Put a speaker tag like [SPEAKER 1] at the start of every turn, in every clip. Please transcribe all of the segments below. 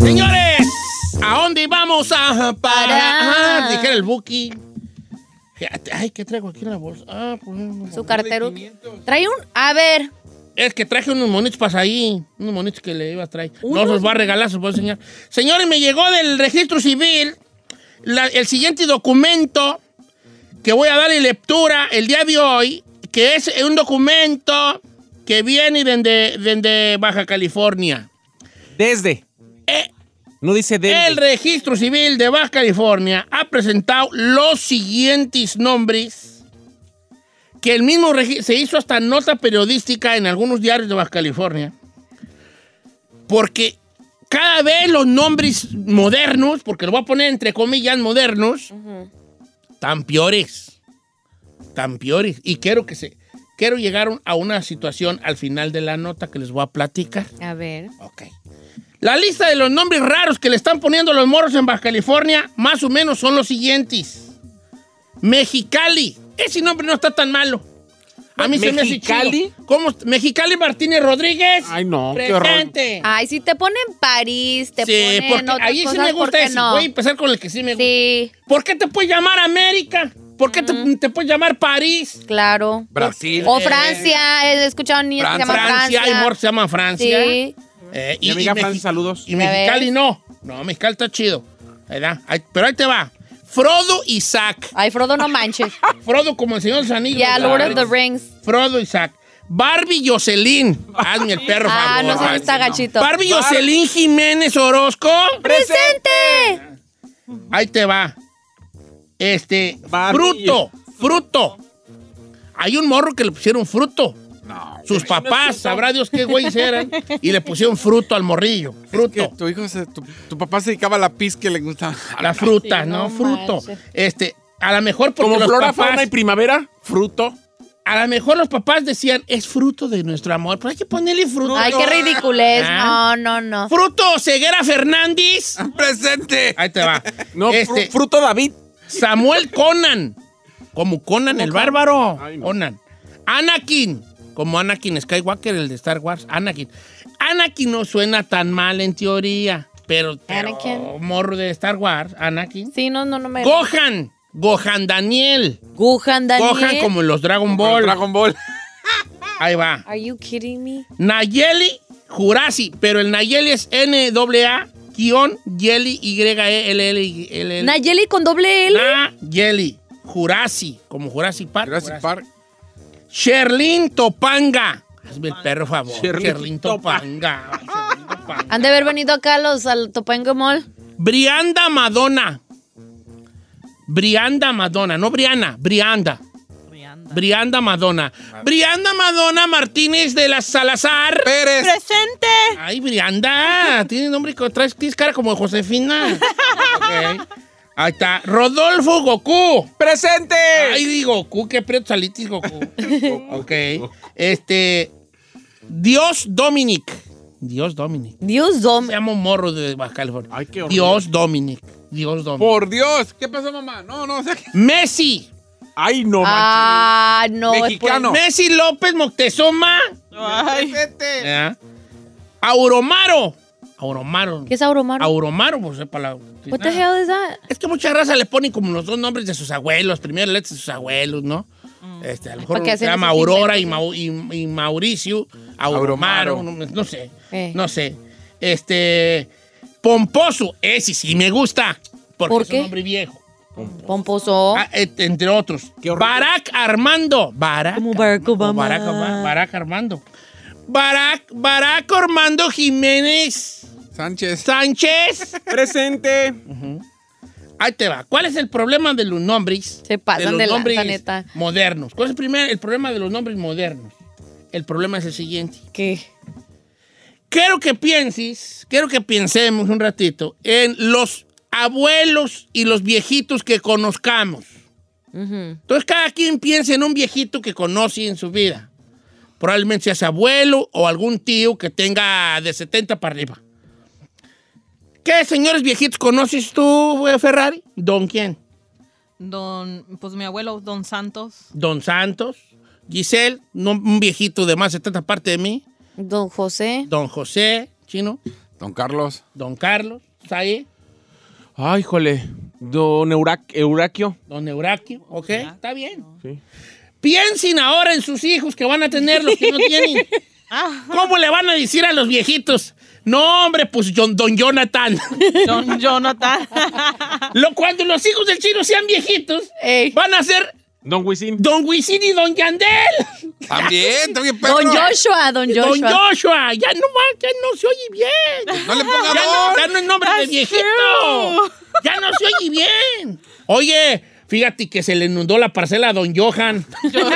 [SPEAKER 1] Señores, ¿a dónde vamos Ah, a parar?
[SPEAKER 2] Para.
[SPEAKER 1] Dijera el Buki. Fíjate, Ay, ¿qué traigo aquí en la bolsa? Ah, pues, una
[SPEAKER 2] Su
[SPEAKER 1] bolsa
[SPEAKER 2] cartero.
[SPEAKER 1] de 500.
[SPEAKER 2] Trae un. A ver.
[SPEAKER 1] Es que traje unos monitos para ahí. Unos monitos que le iba a traer. No los voy a regalar, se los voy a enseñar. Señores, me llegó del registro civil la- el siguiente documento que voy a darle lectura el día de hoy, que es un documento que viene desde, desde Baja California.
[SPEAKER 3] Desde.
[SPEAKER 1] Eh,
[SPEAKER 3] No dice desde.
[SPEAKER 1] El registro civil de Baja California ha presentado los siguientes nombres que el mismo regi- se hizo hasta nota periodística en algunos diarios de Baja California. Porque cada vez los nombres modernos, porque lo voy a poner entre comillas modernos, tan peores. Tan peores. Y quiero que se. Quiero llegar a una situación al final de la nota que les voy a platicar.
[SPEAKER 2] A ver.
[SPEAKER 1] Ok. La lista de los nombres raros que le están poniendo los morros en Baja California, más o menos son los siguientes. Mexicali. Ese nombre no está tan malo. A mí se me hace
[SPEAKER 3] ¿Mexicali?
[SPEAKER 1] chido. ¿Cómo? Mexicali Martínez Rodríguez.
[SPEAKER 3] Ay, no, qué horror.
[SPEAKER 1] Presente.
[SPEAKER 2] Ay, si te ponen París, Ah, te
[SPEAKER 1] sí,
[SPEAKER 2] ponen.
[SPEAKER 1] porque
[SPEAKER 2] otras
[SPEAKER 1] ahí sí
[SPEAKER 2] cosas,
[SPEAKER 1] me
[SPEAKER 2] ¿por
[SPEAKER 1] gusta
[SPEAKER 2] qué
[SPEAKER 1] ese.
[SPEAKER 2] No?
[SPEAKER 1] Voy a empezar con el que sí me gusta.
[SPEAKER 2] Sí,
[SPEAKER 1] ¿Por qué te puedes llamar América? ¿Por qué te- te, puedes llamar París?
[SPEAKER 2] claro.
[SPEAKER 3] Brasil.
[SPEAKER 1] Oh,
[SPEAKER 2] O Francia. He escuchado niños que se llaman Francia.
[SPEAKER 1] Francia. Hay morros que se llaman Francia.
[SPEAKER 2] Sí.
[SPEAKER 1] Eh,
[SPEAKER 3] Mi amiga
[SPEAKER 1] Mexi-
[SPEAKER 3] Francis, saludos.
[SPEAKER 1] Y Mexicali no. No, Mexicali está chido. ¿Verdad? Ahí- Pero ahí te va. Frodo y Zack.
[SPEAKER 2] Ay, Frodo, no manches.
[SPEAKER 1] Frodo como el Señor de los Anillos.
[SPEAKER 2] Ya,
[SPEAKER 1] ¿verdad?
[SPEAKER 2] Lord of the Rings.
[SPEAKER 1] Frodo y Zack. Barbie y Jocelyn. Hazme el perro,
[SPEAKER 2] Ah,
[SPEAKER 1] favor.
[SPEAKER 2] no sé si está gachito.
[SPEAKER 1] Barbie y Jocelyn Jiménez Orozco.
[SPEAKER 2] ¡Presente!
[SPEAKER 1] Ahí te va. Este.
[SPEAKER 3] Barbie.
[SPEAKER 1] Fruto. Fruto. Hay un morro que le pusieron fruto.
[SPEAKER 3] No.
[SPEAKER 1] Sus papás, sabrá Dios qué güeyes eran. Y le pusieron fruto al morrillo. Fruto.
[SPEAKER 4] Que tu hijo, se- tu, tu papá se dedicaba a la pis que le gustaba.
[SPEAKER 1] La fruta,
[SPEAKER 2] Sí,
[SPEAKER 1] no,
[SPEAKER 2] no
[SPEAKER 1] fruto.
[SPEAKER 2] manches.
[SPEAKER 1] Este, a lo mejor porque
[SPEAKER 3] Como
[SPEAKER 1] los
[SPEAKER 3] flora, fauna
[SPEAKER 1] papás,
[SPEAKER 3] y primavera, fruto.
[SPEAKER 1] a lo mejor los papás decían, es fruto de nuestro amor, pero hay que ponerle fruto.
[SPEAKER 2] Ay, qué ridiculez.
[SPEAKER 1] Ah.
[SPEAKER 2] No, no, no.
[SPEAKER 1] Fruto Ceguera Fernández.
[SPEAKER 4] Ah, ¡Presente!
[SPEAKER 1] Ahí te va.
[SPEAKER 3] No, fru-
[SPEAKER 1] Este,
[SPEAKER 3] fruto David.
[SPEAKER 1] Samuel Conan, como Conan el bárbaro. Conan. Anakin, como Anakin Skywalker, el de Star Wars. Anakin. Anakin no suena tan mal en teoría, pero, pero
[SPEAKER 2] Anakin.
[SPEAKER 1] morro de Star Wars, Anakin.
[SPEAKER 2] Sí, no, no, no me.
[SPEAKER 1] Gohan, Gohan Daniel.
[SPEAKER 2] Gohan, Daniel.
[SPEAKER 1] Gohan como en los Dragon Ball. Ah,
[SPEAKER 4] Dragon Ball.
[SPEAKER 1] Ahí va.
[SPEAKER 2] Are you kidding me?
[SPEAKER 1] Nayeli Jurasi, pero el Nayeli es N A guión Yeli Y E L L L L.
[SPEAKER 2] Nayeli con doble L.
[SPEAKER 1] Nayeli Jurasi, como Jurassic Park.
[SPEAKER 4] Jurassic
[SPEAKER 1] Jurasi.
[SPEAKER 4] Park.
[SPEAKER 1] Sherlyn Topanga. Hazme el perro favor.
[SPEAKER 3] Sherlyn
[SPEAKER 1] Sherlyn
[SPEAKER 3] Topa-
[SPEAKER 1] Topanga. Ay, Sherlyn Topanga.
[SPEAKER 2] Han de haber venido acá los al Topango Mall.
[SPEAKER 1] Brianda Madonna. Brianda Madonna, no Briana, Brianda. Brianda, Madonna. Brianda Madonna Martínez de la Salazar.
[SPEAKER 4] Pérez.
[SPEAKER 5] Presente.
[SPEAKER 1] Ay, Brianda, tiene nombre que traes, tienes cara como de Josefina. Ok. Ahí está. Rodolfo Goku.
[SPEAKER 3] ¡Presente!
[SPEAKER 1] Ay, digo, Goku, qué preto salitis, Goku. ok. Este. Dios Dominic. Dios Dominic.
[SPEAKER 2] Dios
[SPEAKER 1] Se
[SPEAKER 2] hombre.
[SPEAKER 1] llama un morro de Baja California.
[SPEAKER 3] Ay, qué horrible.
[SPEAKER 1] Dios Dominic. Dios Dominic.
[SPEAKER 4] Por Dios. ¿Qué pasó, mamá? No, no, o sea que-
[SPEAKER 1] Messi.
[SPEAKER 3] Ay, no,
[SPEAKER 2] Ah, no. es por-
[SPEAKER 4] Mexicano.
[SPEAKER 1] Messi López Moctezoma.
[SPEAKER 5] Ay.
[SPEAKER 4] ¡Presente!
[SPEAKER 1] ¿Ya? Auromaro. Auromaro.
[SPEAKER 2] ¿Qué es Auromar?
[SPEAKER 1] Auromaro, pues sepa la.
[SPEAKER 2] What the hell is that?
[SPEAKER 1] Es que mucha raza le ponen como los dos nombres de sus abuelos, primero letras de sus abuelos, ¿no? Este, a lo mejor
[SPEAKER 2] Mm. Porque
[SPEAKER 1] se
[SPEAKER 2] hacen
[SPEAKER 1] llama
[SPEAKER 2] esos
[SPEAKER 1] Aurora y,
[SPEAKER 2] inventos,
[SPEAKER 1] Mau- y- y Mauricio, Auromaro,
[SPEAKER 4] Auromaro.
[SPEAKER 1] no, no sé,
[SPEAKER 2] Eh.
[SPEAKER 1] no sé. Este, Pomposo, ese sí me gusta, porque
[SPEAKER 2] ¿Por
[SPEAKER 1] es
[SPEAKER 2] qué? ¿Oh?
[SPEAKER 1] un nombre viejo.
[SPEAKER 2] Pomposo.
[SPEAKER 1] Ah, et- entre otros.
[SPEAKER 3] Qué horrible.
[SPEAKER 1] Barack Armando. Barack.
[SPEAKER 5] Como Barack
[SPEAKER 1] Armando,
[SPEAKER 5] Obama.
[SPEAKER 1] Barack, Obama, Barack Armando. Barack, Barack Armando Jiménez
[SPEAKER 4] Sánchez.
[SPEAKER 1] Sánchez.
[SPEAKER 3] Presente.
[SPEAKER 1] Ahí te va. ¿Cuál es el problema de los nombres?
[SPEAKER 2] Se pasan de
[SPEAKER 1] los
[SPEAKER 2] lanza,
[SPEAKER 1] nombres
[SPEAKER 2] neta.
[SPEAKER 1] modernos. ¿Cuál es el, primer, el problema de los nombres modernos? El problema es el siguiente.
[SPEAKER 2] ¿Qué?
[SPEAKER 1] Quiero que pienses, quiero que pensemos un ratito en los abuelos y los viejitos que conozcamos. Entonces cada quien piensa en un viejito que conoce en su vida. Probablemente sea su abuelo o algún tío que tenga de 70 para arriba. ¿Qué señores viejitos conoces tú, eh, Ferrari? ¿Don quién?
[SPEAKER 5] Don, pues mi abuelo, Don Santos.
[SPEAKER 1] Don Santos, Giselle, no- un viejito de más de tanta parte de mí,
[SPEAKER 2] Don José.
[SPEAKER 1] Don José, chino,
[SPEAKER 4] Don Carlos.
[SPEAKER 1] Don Carlos, ¿está ahí?
[SPEAKER 3] Ay, jole. Don Eurac- Euraquio.
[SPEAKER 1] Don Euraquio, ¿ok? Está bien.
[SPEAKER 3] Sí.
[SPEAKER 1] Piensen ahora en sus hijos que van a tener los que no tienen.
[SPEAKER 5] Ah,
[SPEAKER 1] ¿Cómo le van a decir a los viejitos? No, hombre, pues John- don Jonathan.
[SPEAKER 5] John Jonathan.
[SPEAKER 1] Lo, cuando los hijos del chino sean viejitos,
[SPEAKER 2] Ey.
[SPEAKER 1] van a ser
[SPEAKER 3] Don Wisin.
[SPEAKER 1] don Wisin y don Yandel.
[SPEAKER 4] También, también, Pedro.
[SPEAKER 2] Don Joshua, don Joshua.
[SPEAKER 1] Don Joshua. Ya no, va- ya no se oye bien.
[SPEAKER 4] No le ponga
[SPEAKER 1] Ya no,
[SPEAKER 4] don.
[SPEAKER 1] ya no es nombre de
[SPEAKER 5] That's
[SPEAKER 1] viejito.
[SPEAKER 5] true.
[SPEAKER 1] Ya no se oye bien. Oye, fíjate que se le inundó la parcela a don Johan. ya no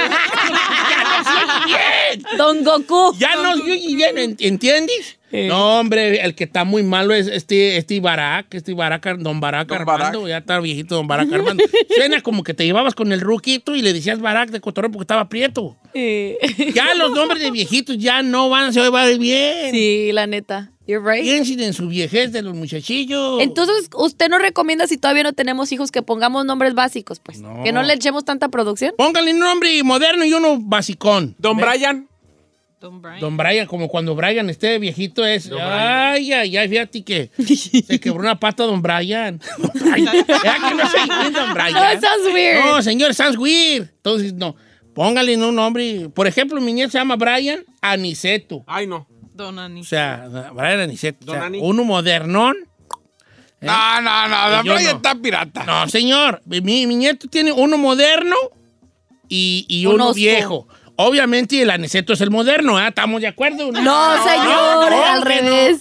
[SPEAKER 1] se oye bien.
[SPEAKER 2] Don Goku.
[SPEAKER 1] Ya no se oye bien, ¿en- ¿entiendes? No, hombre, el que está muy malo es este, este Ibarak, este Ibarak, Ar- don Barak
[SPEAKER 4] Don
[SPEAKER 1] Armando,
[SPEAKER 4] Barak.
[SPEAKER 1] ya está viejito don Barak Armando. Suena como que te llevabas con el ruquito y le decías Barak de cotorreo porque estaba prieto. Ya los nombres de viejitos ya no van, se oír bien.
[SPEAKER 2] Sí, la neta. You're right.
[SPEAKER 1] Piensen en su viejez de los muchachillos.
[SPEAKER 2] Entonces, usted nos recomienda si todavía no tenemos hijos que pongamos nombres básicos, pues.
[SPEAKER 1] No.
[SPEAKER 2] Que no le echemos tanta producción.
[SPEAKER 1] Pónganle un nombre moderno y uno basicón.
[SPEAKER 3] Don Brian.
[SPEAKER 5] Don Brian.
[SPEAKER 1] Don Brian, como cuando Brian esté viejito es. ay, ay, ay, fíjate que se quebró una pata Don Brian. Don Brian. ¿Verdad que no se entiende Don Brian?
[SPEAKER 2] No, it sounds weird.
[SPEAKER 1] Ah, No, señor, sounds weird. Entonces, no. Póngale un nombre. Por ejemplo, mi nieto se llama Brian Aniceto.
[SPEAKER 3] Ay, no.
[SPEAKER 5] Don Ani.
[SPEAKER 1] O sea, Brian Aniceto. O sea,
[SPEAKER 3] Don Ani.
[SPEAKER 1] uno modernón.
[SPEAKER 4] No, no,
[SPEAKER 3] Eh,
[SPEAKER 4] no. Don
[SPEAKER 1] Yo
[SPEAKER 4] Brian
[SPEAKER 1] no.
[SPEAKER 4] está pirata.
[SPEAKER 1] No, señor. Mi, mi nieto tiene uno moderno y, y
[SPEAKER 2] Un
[SPEAKER 1] uno
[SPEAKER 2] osco.
[SPEAKER 1] viejo. Obviamente el aniceto es el moderno, ¿ah? ¿Estamos de acuerdo?
[SPEAKER 2] No, señor,
[SPEAKER 1] no,
[SPEAKER 2] al
[SPEAKER 1] que no.
[SPEAKER 2] revés.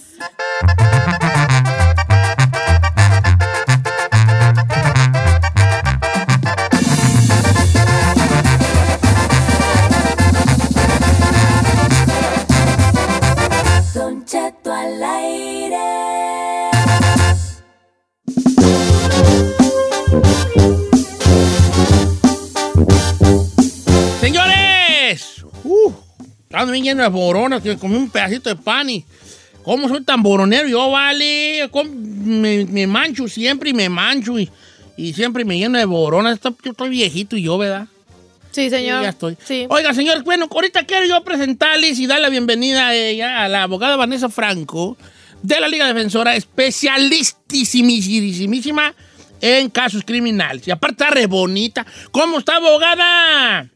[SPEAKER 1] Señores, uh, estamos bien llenos de boronas, que comí un pedacito de pan y cómo soy tan boronero, yo vale, cómo- me, me mancho siempre y me mancho y, y siempre me lleno de boronas, Esto- yo estoy viejito y yo, ¿verdad?
[SPEAKER 2] Sí, señor.
[SPEAKER 1] Ya estoy.
[SPEAKER 2] Sí.
[SPEAKER 1] Oiga, señor, bueno, ahorita quiero yo presentarles y dar la bienvenida a ella, a la abogada Vanessa Franco, de la Liga Defensora, especialistísimísima en casos criminales. Y aparte está re bonita. ¿Cómo está, abogada?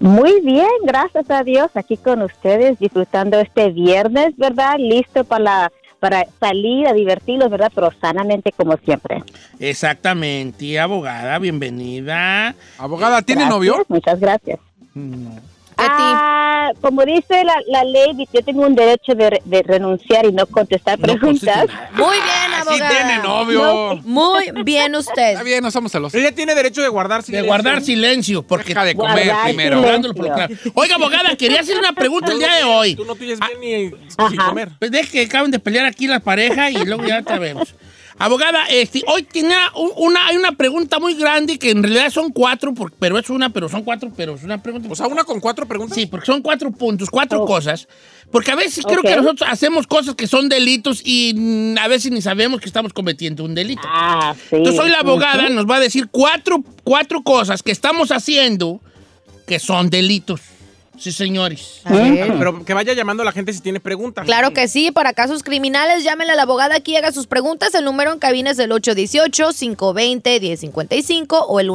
[SPEAKER 6] Muy bien, gracias a Dios, aquí con ustedes disfrutando este viernes, ¿verdad? Listo para la- para salir a divertirlos, ¿verdad? Pero sanamente como siempre.
[SPEAKER 1] Exactamente, abogada, bienvenida.
[SPEAKER 4] Abogada, ¿tiene novio?
[SPEAKER 6] Gracias, Muchas gracias.
[SPEAKER 2] A ti.
[SPEAKER 6] Ah, como dice la, la ley, yo tengo un derecho de, re- de renunciar y no contestar
[SPEAKER 1] No
[SPEAKER 6] preguntas.
[SPEAKER 1] conteste nada.
[SPEAKER 2] Muy bien,
[SPEAKER 4] Sí
[SPEAKER 2] abogada.
[SPEAKER 4] tiene novio.
[SPEAKER 2] Muy bien usted.
[SPEAKER 4] Está bien, no somos celosos.
[SPEAKER 3] Ella tiene derecho de guardar
[SPEAKER 1] De guardar silencio, porque
[SPEAKER 4] Deja de comer
[SPEAKER 6] Guardar
[SPEAKER 4] primero.
[SPEAKER 6] silencio.
[SPEAKER 1] hablándolo por claro. Oiga, abogada, quería hacer una pregunta el día de hoy.
[SPEAKER 3] Tú no tienes bien ni sin
[SPEAKER 6] Ajá.
[SPEAKER 3] comer.
[SPEAKER 1] Pues deje que acaben de pelear aquí las parejas y luego ya sabemos. Abogada, este, hoy tenía un- una, hay una pregunta muy grande que en realidad son cuatro, por- pero es una, pero son cuatro, pero es una pregunta.
[SPEAKER 3] O sea, una con cuatro preguntas.
[SPEAKER 1] Sí, porque son cuatro puntos, cuatro
[SPEAKER 6] Pues, Oh.
[SPEAKER 1] cosas. Porque a veces creo
[SPEAKER 6] Ok.
[SPEAKER 1] que nosotros hacemos cosas que son delitos y mm, a veces ni sabemos que estamos cometiendo un delito.
[SPEAKER 6] Ah, sí.
[SPEAKER 1] Entonces hoy la abogada
[SPEAKER 6] Ujú.
[SPEAKER 1] nos va a decir cuatro, cuatro cosas que estamos haciendo que son delitos. Sí, señores.
[SPEAKER 6] Ah,
[SPEAKER 2] A ver.
[SPEAKER 3] Pero que vaya llamando a la gente si tiene preguntas.
[SPEAKER 2] Claro que sí, para casos criminales, llámenle a la abogada aquí, haga sus preguntas. El número en cabina es el 818-520-1055 o el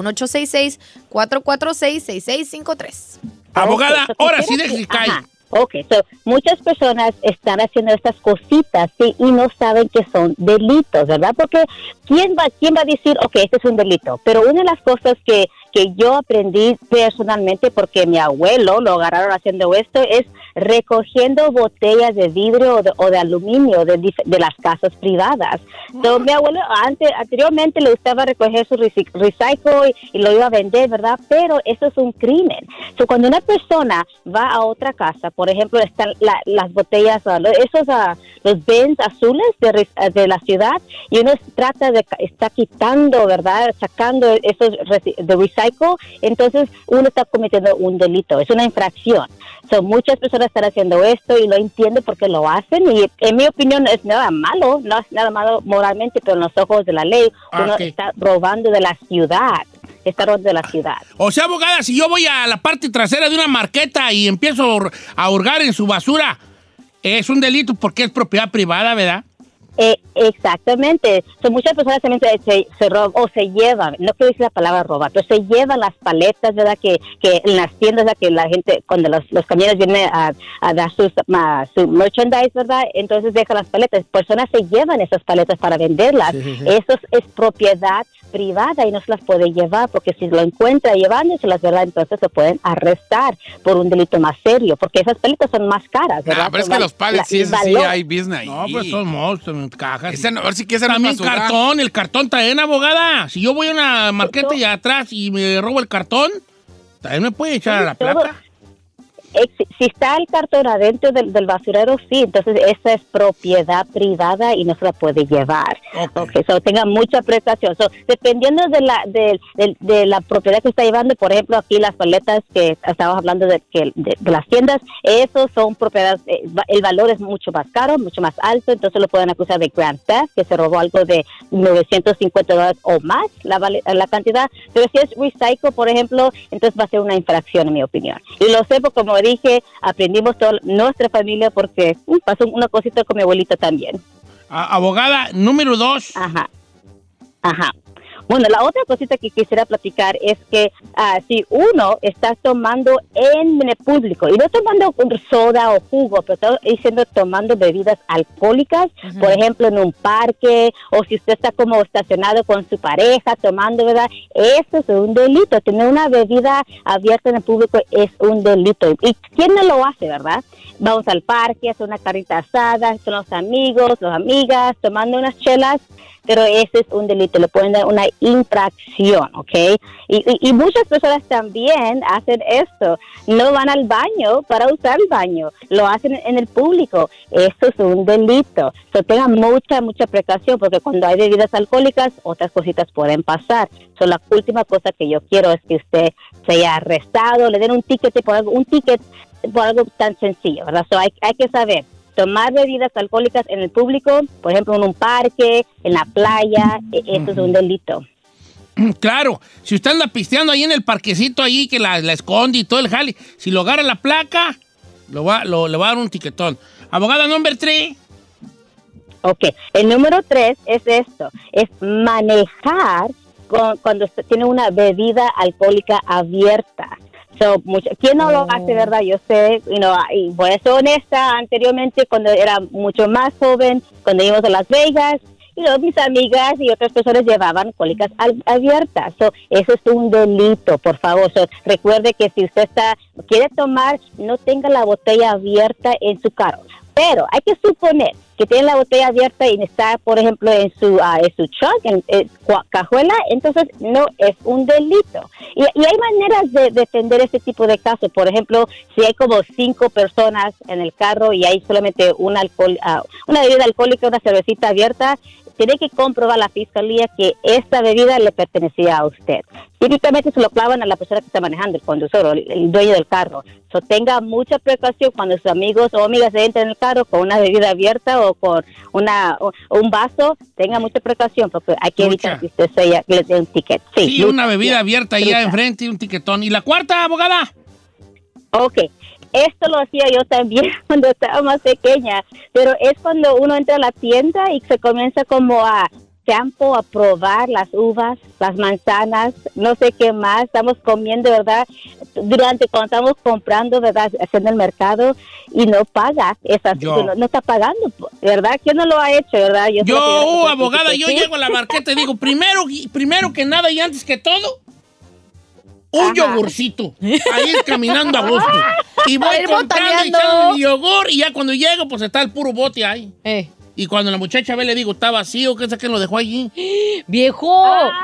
[SPEAKER 2] 1866-446-6653.
[SPEAKER 1] Abogada,
[SPEAKER 6] Ah, Ok, so
[SPEAKER 1] ahora sí
[SPEAKER 6] quisiera
[SPEAKER 1] deje
[SPEAKER 6] que-
[SPEAKER 1] que cae.
[SPEAKER 6] ajá. Ok, so, muchas personas están haciendo estas cositas ¿sí? y no saben que son delitos, ¿verdad? Porque ¿quién va, quién va a decir, ok, este es un delito? Pero una de las cosas que, que yo aprendí personalmente, porque mi abuelo lo agarraron haciendo esto, es recogiendo botellas de vidrio o de, o de aluminio de, dif- de las casas privadas. So, mi abuelo ante- anteriormente le gustaba recoger su reci- recycle y, y lo iba a vender, ¿verdad? Pero eso es un crimen. So, cuando una persona va a otra casa, por ejemplo, están la- las botellas, ah, lo- esos ah, los bens azules de, re- ah, de la ciudad, y uno trata de, ca- está quitando, ¿verdad? Sacando esos reci- de recycle, entonces uno está cometiendo un delito, es una infracción. So, muchas personas están haciendo esto y lo entiendo porque lo hacen y en mi opinión no es nada malo, no es nada malo moralmente, pero en los ojos de la ley
[SPEAKER 1] Ah,
[SPEAKER 6] uno
[SPEAKER 1] ok.
[SPEAKER 6] está robando de la ciudad, está robando de la ciudad.
[SPEAKER 1] O sea, abogada, si yo voy a la parte trasera de una marqueta y empiezo a hor- a hurgar en su basura, Es un delito porque es propiedad privada, ¿verdad?
[SPEAKER 6] Eh, exactamente. So, muchas personas también se, se, se roban o se llevan, no quiero decir la palabra robar, pero se llevan las paletas, ¿verdad? Que, que en las tiendas, ¿verdad? que la gente, cuando los, los camiones vienen a, a dar sus, ma- su merchandise, ¿verdad? Entonces dejan las paletas. Personas se llevan esas paletas para venderlas. Eso es, es propiedad privada y no se las puede llevar porque si lo encuentra llevándoselas, ¿verdad? Entonces lo pueden arrestar por un delito más serio porque esas paletas son más caras, ¿verdad?
[SPEAKER 4] Ah, pero es que
[SPEAKER 6] Son-
[SPEAKER 4] los pallets
[SPEAKER 6] la-
[SPEAKER 4] sí,
[SPEAKER 6] el
[SPEAKER 4] eso sí
[SPEAKER 6] valor-
[SPEAKER 4] hay business ahí.
[SPEAKER 1] No, pues son monstruos, en cajas.
[SPEAKER 4] Ese no- ahora sí que ese no es
[SPEAKER 1] También
[SPEAKER 4] basura.
[SPEAKER 1] cartón, el cartón también, abogada. Si yo voy a una marqueta y atrás y me robo el cartón, también me puede echar a la
[SPEAKER 6] Todo-
[SPEAKER 1] plata.
[SPEAKER 6] Ex- eh, si está el cartón adentro del, del basurero, sí, entonces esa es propiedad privada y no se la puede llevar.
[SPEAKER 1] Ok.
[SPEAKER 6] Ok, so tenga mucha prestación. So, dependiendo de la, de, de- de la propiedad que está llevando, por ejemplo, aquí las paletas que estábamos hablando de, que, de, de las tiendas, esos son propiedades, eh, va- el valor es mucho más caro, mucho más alto, entonces lo pueden acusar de grand theft, que se robó algo de 950 dólares o más la, vale- la cantidad. Pero si es recycle, por ejemplo, entonces va a ser una infracción, en mi opinión. Y lo sé, porque como dije, aprendimos toda nuestra familia porque uh, pasó una cosita con mi abuelita también.
[SPEAKER 1] A- abogada, número dos.
[SPEAKER 6] Ajá. Ajá. Bueno, la otra cosita que quisiera platicar es que ah, si uno está tomando en público, y no tomando soda o jugo, pero estoy diciendo tomando bebidas alcohólicas, por ejemplo, en un parque, o si usted está como estacionado con su pareja tomando, ¿verdad? Eso es un delito. Tener una bebida abierta en el público es un delito. ¿Y quién no lo hace, verdad? Vamos al parque, hace una carita asada, con los amigos, las amigas, tomando unas chelas pero ese es un delito, le pueden dar una infracción, ¿ok? Y, y- y muchas personas también hacen esto, no van al baño para usar el baño, lo hacen en el público, eso es un delito. So, tengan mucha, mucha precaución porque cuando hay bebidas alcohólicas, otras cositas pueden pasar. So, la última cosa que yo quiero es que usted sea arrestado, le den un ticket por algo, un ticket por algo tan sencillo, ¿verdad? So, hay, hay que saber tomar bebidas alcohólicas en el público, por ejemplo, en un parque, en la playa, e- eso es un delito.
[SPEAKER 1] Claro, si usted anda pisteando ahí en el parquecito ahí que la, la esconde y todo el jale, si lo agarra la placa, lo va, lo, le va a dar un tiquetón. Abogada número tres.
[SPEAKER 6] Ok, el número tres es esto, es manejar con- cuando se tiene una bebida alcohólica abierta. So, mucha- ¿Quién no lo hace, verdad? Yo sé, you know, y voy a ser honesta, anteriormente cuando era mucho más joven, cuando íbamos a Las Vegas, y luego mis amigas y otras personas llevaban cólicas al- abiertas. So, eso es un delito, por favor. So, recuerde que si usted está quiere tomar, no tenga la botella abierta en su carro. Pero hay que suponer que tiene la botella abierta y está, por ejemplo, en su, ah, en su truck, en, en cua- cajuela, entonces no es un delito. Y, y hay maneras de defender este tipo de casos. Por ejemplo, si hay como cinco personas en el carro y hay solamente un alcohol, ah, una bebida alcohólica, una cervecita abierta, tiene que comprobar la fiscalía que esta bebida le pertenecía a usted. Típicamente se lo clavan a la persona que está manejando, el conductor o el, el dueño del carro. So, tenga mucha precaución cuando sus amigos o amigas entren en el carro con una bebida abierta o con una o- o un vaso. Tenga mucha precaución porque hay que evitar
[SPEAKER 1] Mucha.
[SPEAKER 6] que usted se haya- le dé un ticket. Sí,
[SPEAKER 1] Sí, una
[SPEAKER 6] mucha.
[SPEAKER 1] bebida abierta ahí
[SPEAKER 6] Mucha.
[SPEAKER 1] enfrente y un tiquetón. ¿Y la cuarta, abogada?
[SPEAKER 6] Ok, esto lo hacía yo también cuando estaba más pequeña, pero es cuando uno entra a la tienda y se comienza como a campo a probar las uvas, las manzanas, no sé qué más, estamos comiendo, ¿verdad? Durante cuando estamos comprando, ¿verdad? Haciendo el mercado y no pagas, esas,
[SPEAKER 1] Yo.
[SPEAKER 6] no, no está pagando, ¿verdad? ¿Quién no lo ha hecho, verdad? soy
[SPEAKER 1] Yo,
[SPEAKER 6] la primera
[SPEAKER 1] uh,
[SPEAKER 6] persona que
[SPEAKER 1] abogada,
[SPEAKER 6] dice
[SPEAKER 1] yo
[SPEAKER 6] sí.
[SPEAKER 1] llego a la marqueta y digo, primero, primero que nada y antes que todo, un
[SPEAKER 6] Ajá.
[SPEAKER 1] yogurcito. Ahí caminando a gusto. Y voy
[SPEAKER 2] A ir
[SPEAKER 1] comprando y
[SPEAKER 2] botaneando.
[SPEAKER 1] echando mi yogur y ya cuando llego, pues está el puro bote ahí.
[SPEAKER 5] Eh,
[SPEAKER 1] Y cuando la muchacha ve, le digo, está vacío, ¿qué es que lo dejó allí? Eh,
[SPEAKER 5] viejo.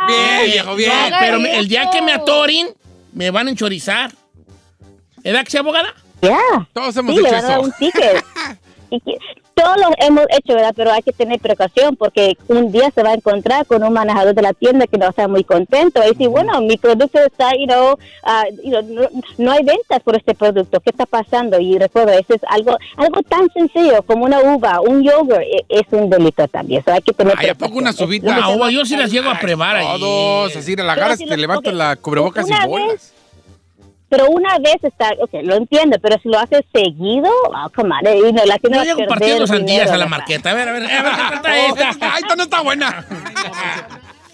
[SPEAKER 4] Bien, viejo, bien.
[SPEAKER 1] No,
[SPEAKER 2] haga
[SPEAKER 1] pero me- el día
[SPEAKER 2] eso.
[SPEAKER 1] que me atoren, me van a enchorizar. ¿Edad que sea abogada?
[SPEAKER 6] Ya.
[SPEAKER 4] Todos hemos
[SPEAKER 6] sí,
[SPEAKER 4] dicho
[SPEAKER 6] le van a dar
[SPEAKER 4] eso.
[SPEAKER 6] un ticket. Y que- todos lo hemos hecho, ¿verdad? Pero hay que tener precaución porque un día se va a encontrar con un manejador de la tienda que no está muy contento. Y decir, bueno, mi producto está, you know, ah, you know, no, no hay ventas por este producto. ¿Qué está pasando? Y recuerda, eso es algo algo tan sencillo como una uva, un yogurt, e- es un delito también. So, hay que tener
[SPEAKER 4] Ay, ¿a poco una
[SPEAKER 6] precaución.
[SPEAKER 4] subita?
[SPEAKER 3] Ah,
[SPEAKER 1] Una uva, yo sí las llego a prevar ahí.
[SPEAKER 4] Todos, así, la
[SPEAKER 6] Yo
[SPEAKER 4] agarras
[SPEAKER 6] sí
[SPEAKER 4] y
[SPEAKER 6] lo-
[SPEAKER 4] te levantas
[SPEAKER 6] ok,
[SPEAKER 4] la cubrebocas
[SPEAKER 6] una
[SPEAKER 4] y bolas.
[SPEAKER 6] Pero una vez está, ok, lo entiendo, pero si lo haces seguido, ah, come on, eh, y no, la que no
[SPEAKER 1] Yo
[SPEAKER 6] va a
[SPEAKER 1] llego
[SPEAKER 6] perder
[SPEAKER 1] partiendo sandías
[SPEAKER 6] dinero, Oh.
[SPEAKER 1] a la
[SPEAKER 6] ¿verdad?
[SPEAKER 1] marqueta. A ver, a ver, a ver qué carta es esta.
[SPEAKER 4] Oh,
[SPEAKER 1] eh,
[SPEAKER 4] Ay, esta no está buena.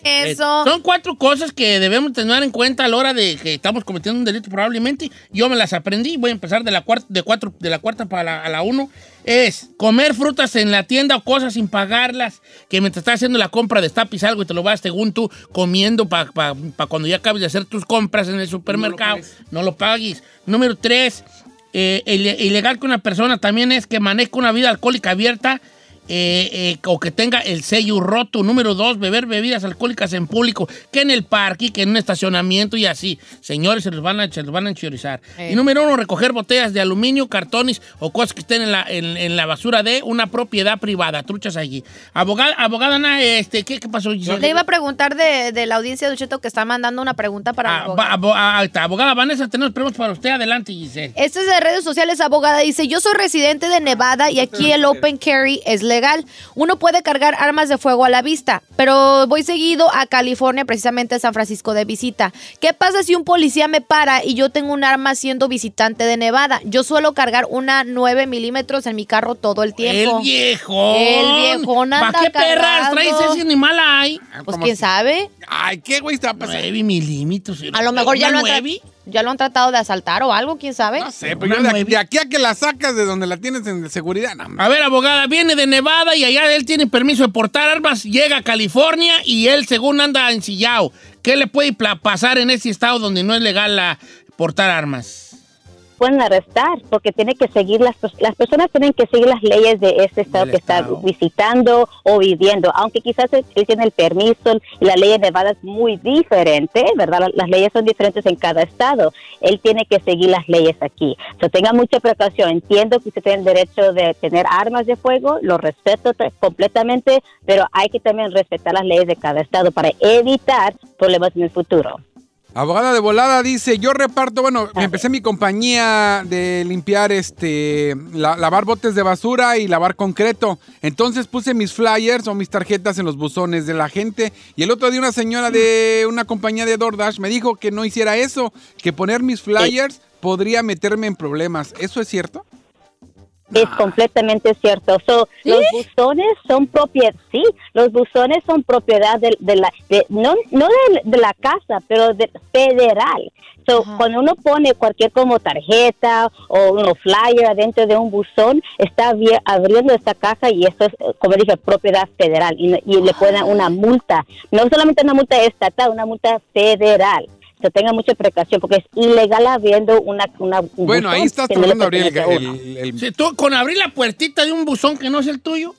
[SPEAKER 2] Eso.
[SPEAKER 1] Son cuatro cosas que debemos tener en cuenta a la hora de que estamos cometiendo un delito probablemente. Yo me las aprendí. Voy a empezar de la cuarta, de cuatro, de la cuarta para la, a la uno. Es comer frutas en la tienda o cosas sin pagarlas. Que mientras estás haciendo la compra destapis algo y te lo vas según tú comiendo para cuando ya acabes de hacer tus compras en el supermercado. No lo, pagues. Número tres, eh, ile- ilegal que una persona también es que maneje una vida alcohólica abierta eh, eh, o que tenga el sello roto. Número dos, beber bebidas alcohólicas en público, que en el parque, que en un estacionamiento y así. Señores, se los van a, se los van a enchiorizar.
[SPEAKER 2] Eh.
[SPEAKER 1] Y número uno, recoger botellas de aluminio, cartones o cosas que estén en la, en, en la basura de una propiedad privada. Truchas allí. Abogada, abogada Ana, este, ¿qué, qué pasó? Giselle?
[SPEAKER 2] Le iba a preguntar de, de la audiencia de Cheto que está mandando una pregunta para la
[SPEAKER 1] Ah,
[SPEAKER 2] abogada.
[SPEAKER 1] va- abo- ah, ahí está. abogada Vanessa, tenemos preguntas para usted. Adelante, Giselle.
[SPEAKER 2] Este es de redes sociales, abogada. Dice, yo soy residente de Nevada y aquí el open carry es legal. Uno puede cargar armas de fuego a la vista, pero voy seguido a California, precisamente a San Francisco de visita. ¿Qué pasa si un policía me para y yo tengo un arma siendo visitante de Nevada? Yo suelo cargar una 9 milímetros en mi carro todo el tiempo.
[SPEAKER 1] El viejo.
[SPEAKER 2] El viejón anda
[SPEAKER 1] ¿Para qué perras
[SPEAKER 2] cargando.
[SPEAKER 1] traes ese animal ahí?
[SPEAKER 2] Pues quién sabe.
[SPEAKER 4] Ay, qué güey está pasando.
[SPEAKER 1] 9 milímetros.
[SPEAKER 2] A lo mejor ya
[SPEAKER 1] ¿Una
[SPEAKER 2] lo, han tra-
[SPEAKER 1] nueve?
[SPEAKER 2] ya lo han tratado de asaltar o algo, quién sabe.
[SPEAKER 4] No sé, pero yo de, de aquí a que la sacas de donde la tienes en seguridad, no,
[SPEAKER 1] A ver, abogada, viene de Nevada y allá él tiene permiso de portar armas, llega a California y él, según anda ensillado, ¿qué le puede pla- pasar en ese estado donde no es legal la- portar armas?
[SPEAKER 6] pueden arrestar porque tiene que seguir las pers- las personas tienen que seguir las leyes de este estado
[SPEAKER 1] Del
[SPEAKER 6] que
[SPEAKER 1] estado.
[SPEAKER 6] está visitando o viviendo aunque quizás él, él tiene el permiso y la ley en Nevada es muy diferente verdad La- las, leyes son diferentes en cada estado él tiene que seguir las leyes aquí o sea, tenga mucha precaución entiendo que usted tiene el derecho de tener armas de fuego lo respeto t- completamente pero hay que también respetar las leyes de cada estado para evitar problemas en el futuro
[SPEAKER 4] Abogada de volada dice, yo reparto, bueno, me empecé mi compañía de limpiar, este, la- lavar botes de basura y lavar concreto. Entonces puse mis flyers o mis tarjetas en los buzones de la gente. Y el otro día una señora de una compañía de DoorDash me dijo que no hiciera eso, que poner mis flyers podría meterme en problemas. ¿Eso es cierto?
[SPEAKER 6] Es
[SPEAKER 4] Ah.
[SPEAKER 6] completamente cierto. So, Los buzones son propiedad, sí, los buzones son propiedad de, de la, de- no, no de, de la casa, pero de federal. So, Cuando uno pone cualquier como tarjeta o uno flyer adentro de un buzón, está abri- abriendo esta caja y esto es, eh, como dije, propiedad federal y, no- y le
[SPEAKER 4] Ah.
[SPEAKER 6] pueden dar una multa. No solamente una multa estatal, una multa federal. So, tenga mucha precaución porque es ilegal abriendo una... una un
[SPEAKER 4] Bueno, ahí
[SPEAKER 6] buzón
[SPEAKER 4] estás
[SPEAKER 6] que no le
[SPEAKER 4] tratando de abrir el...
[SPEAKER 6] pertenece a uno.
[SPEAKER 4] el- el-
[SPEAKER 1] Si tú con abrir la puertita de un buzón que no es el tuyo.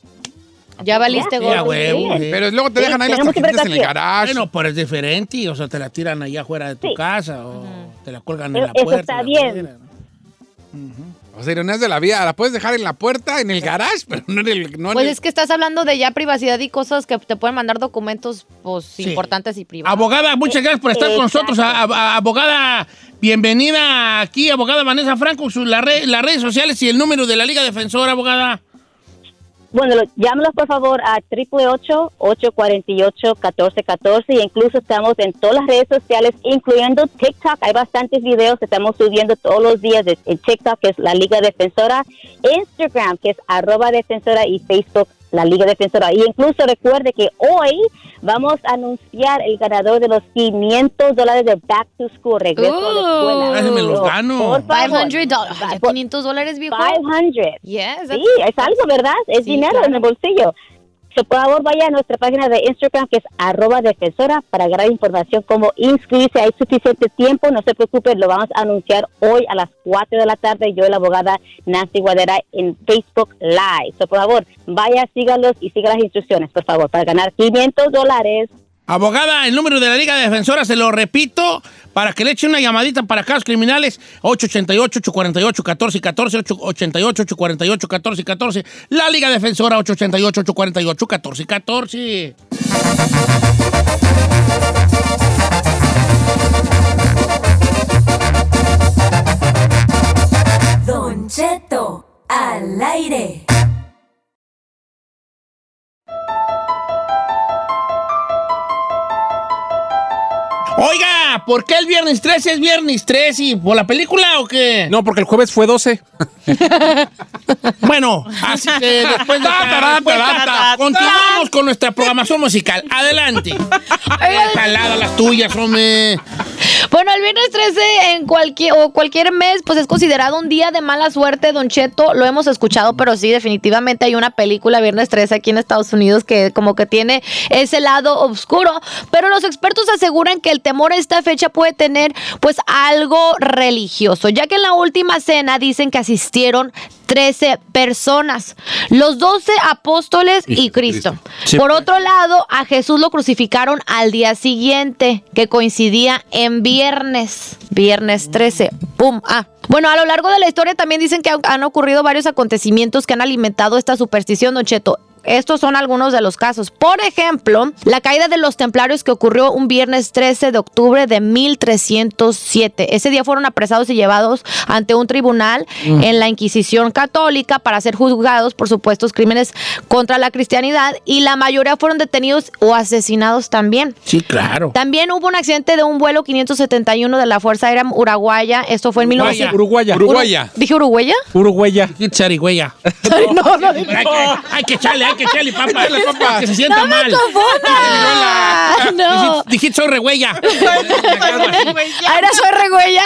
[SPEAKER 2] Ya valiste
[SPEAKER 1] Sí, a
[SPEAKER 2] gordo.
[SPEAKER 1] huevo, sí.
[SPEAKER 4] pero luego te
[SPEAKER 6] Sí,
[SPEAKER 4] dejan ahí las
[SPEAKER 6] tenemos
[SPEAKER 4] tarjetas en el
[SPEAKER 6] precaución.
[SPEAKER 4] garage.
[SPEAKER 1] Bueno, pero es diferente, o sea, te la tiran allá afuera de tu
[SPEAKER 6] Sí.
[SPEAKER 1] casa o te la colgan en
[SPEAKER 6] Pero
[SPEAKER 1] la
[SPEAKER 6] eso
[SPEAKER 1] puerta.
[SPEAKER 6] está
[SPEAKER 1] la
[SPEAKER 6] bien.
[SPEAKER 1] madera, ¿no?
[SPEAKER 4] O sea, ironías de la vida, la puedes dejar en la puerta, en el garage, pero no en el... No en
[SPEAKER 2] Pues
[SPEAKER 4] el-
[SPEAKER 2] es que estás hablando de ya privacidad y cosas que te pueden mandar documentos pues, importantes y privados.
[SPEAKER 1] Abogada, muchas gracias por estar con nosotros. A- a- a- abogada, bienvenida aquí, abogada Vanessa Franco, su- la red- las redes sociales y el número de la Liga Defensora, abogada.
[SPEAKER 6] Bueno, lo- llámenos por favor a 888-848-1414 y incluso estamos en todas las redes sociales, incluyendo TikTok. Hay bastantes videos que estamos subiendo todos los días de- en TikTok, que es la Liga Defensora, Instagram, que es arroba defensora y Facebook, la Liga Defensora. Y incluso recuerde que hoy vamos a anunciar el ganador de los 500 dólares de Back to School, regreso a la
[SPEAKER 2] Oh.
[SPEAKER 6] escuela.
[SPEAKER 1] Ay, me los gano.
[SPEAKER 6] Por favor.
[SPEAKER 2] 500 dólares. Ay, ya 500 dólares, viejo.
[SPEAKER 6] 500.
[SPEAKER 2] Yes,
[SPEAKER 6] Sí,
[SPEAKER 2] that's-
[SPEAKER 6] es algo, ¿verdad? Es
[SPEAKER 2] pues. Sí,
[SPEAKER 6] dinero
[SPEAKER 2] claro.
[SPEAKER 6] en el bolsillo. So, por favor, vaya a nuestra página de Instagram, que es arroba defensora, para agarrar información como inscribirse. Hay suficiente tiempo, no se preocupen, lo vamos a anunciar hoy a las 4 de la tarde. Yo y la abogada Nancy Guadera en Facebook Live. So, por favor, vaya, sígalos y siga las instrucciones, por favor, para ganar 500 dólares.
[SPEAKER 1] Abogada, el número de la Liga Defensora, se lo repito, para que le eche una llamadita para casos criminales, 888-848-1414, 888-848-1414, la Liga Defensora, 888-848-1414.
[SPEAKER 7] Don Cheto, al aire.
[SPEAKER 1] Oiga, ¿por qué el viernes 13 es viernes 13? ¿Y ¿Por la película o qué?
[SPEAKER 3] No, porque el jueves fue 12.
[SPEAKER 1] Bueno, así que después de esta respuesta, continuamos con nuestra programación musical. Adelante. Calada las tuyas, hombre.
[SPEAKER 2] Bueno, el viernes 13 en cualquier o cualquier mes, pues es considerado un día de mala suerte, Don Cheto. Lo hemos escuchado, pero sí, definitivamente hay una película viernes 13 aquí en Estados Unidos que como que tiene ese lado oscuro. Pero los expertos aseguran que el temor a esta fecha puede tener pues algo religioso, ya que en la última cena dicen que asistieron 13 personas, los 12 apóstoles y Cristo. Por otro lado, a Jesús lo crucificaron al día siguiente, que coincidía en viernes, viernes 13. ¡Pum! Ah. Bueno, a lo largo de la historia también dicen que han- han ocurrido varios acontecimientos que han alimentado esta superstición, Don Cheto. Estos son algunos de los casos. Por ejemplo, la caída de los templarios que ocurrió un viernes 13 de octubre de 1307. Ese día fueron apresados y llevados ante un tribunal en la Inquisición Católica para ser juzgados por supuestos crímenes contra la cristianidad y la mayoría fueron detenidos o asesinados también.
[SPEAKER 1] Sí, claro.
[SPEAKER 2] También hubo un accidente de un vuelo 571 de la Fuerza Aérea Uruguaya. Esto fue en 1900.
[SPEAKER 3] Uruguaya.
[SPEAKER 4] Uruguaya.
[SPEAKER 2] ¿Dije Uruguaya?
[SPEAKER 3] Uruguaya.
[SPEAKER 1] Qué Charigüeya.
[SPEAKER 2] no, no dije.
[SPEAKER 1] Hay que, hay que echarle, hay que echarle, papá.
[SPEAKER 4] papá.
[SPEAKER 1] Que se sienta
[SPEAKER 2] ¡No me
[SPEAKER 1] mal.
[SPEAKER 2] confundas! No.
[SPEAKER 1] Dijiste- Dijiste, soy regüeya.
[SPEAKER 2] Ahora soy regüeya.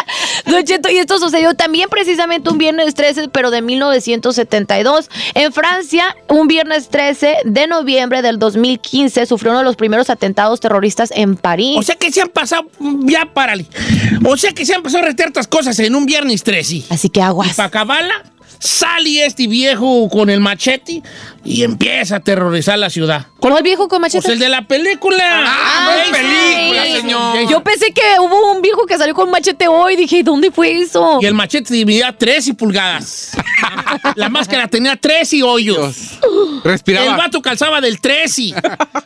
[SPEAKER 2] Don Cheto, y esto sucedió también precisamente un viernes 13, pero de 1972. En Francia, un viernes 13 de noviembre del 2015, sufrió uno de los primeros atentados terroristas en París.
[SPEAKER 1] O sea que se han pasado, ya párale. O sea que se han pasado retertas cosas en un viernes 13.
[SPEAKER 2] Así que
[SPEAKER 1] Y
[SPEAKER 2] aguas.
[SPEAKER 1] para acabarla, sale este viejo con el machete y empieza a aterrorizar la ciudad.
[SPEAKER 2] ¿Cuál viejo con machete?
[SPEAKER 1] Pues el de la película.
[SPEAKER 4] Ah,
[SPEAKER 1] Ay,
[SPEAKER 4] no es película,
[SPEAKER 1] sí.
[SPEAKER 4] señor.
[SPEAKER 2] Yo pensé que hubo un viejo que salió con machete hoy. Dije, ¿dónde fue eso?
[SPEAKER 1] Y el machete dividía 13 pulgadas. La máscara tenía 13 hoyos. El
[SPEAKER 4] Respiraba.
[SPEAKER 1] vato calzaba del 13.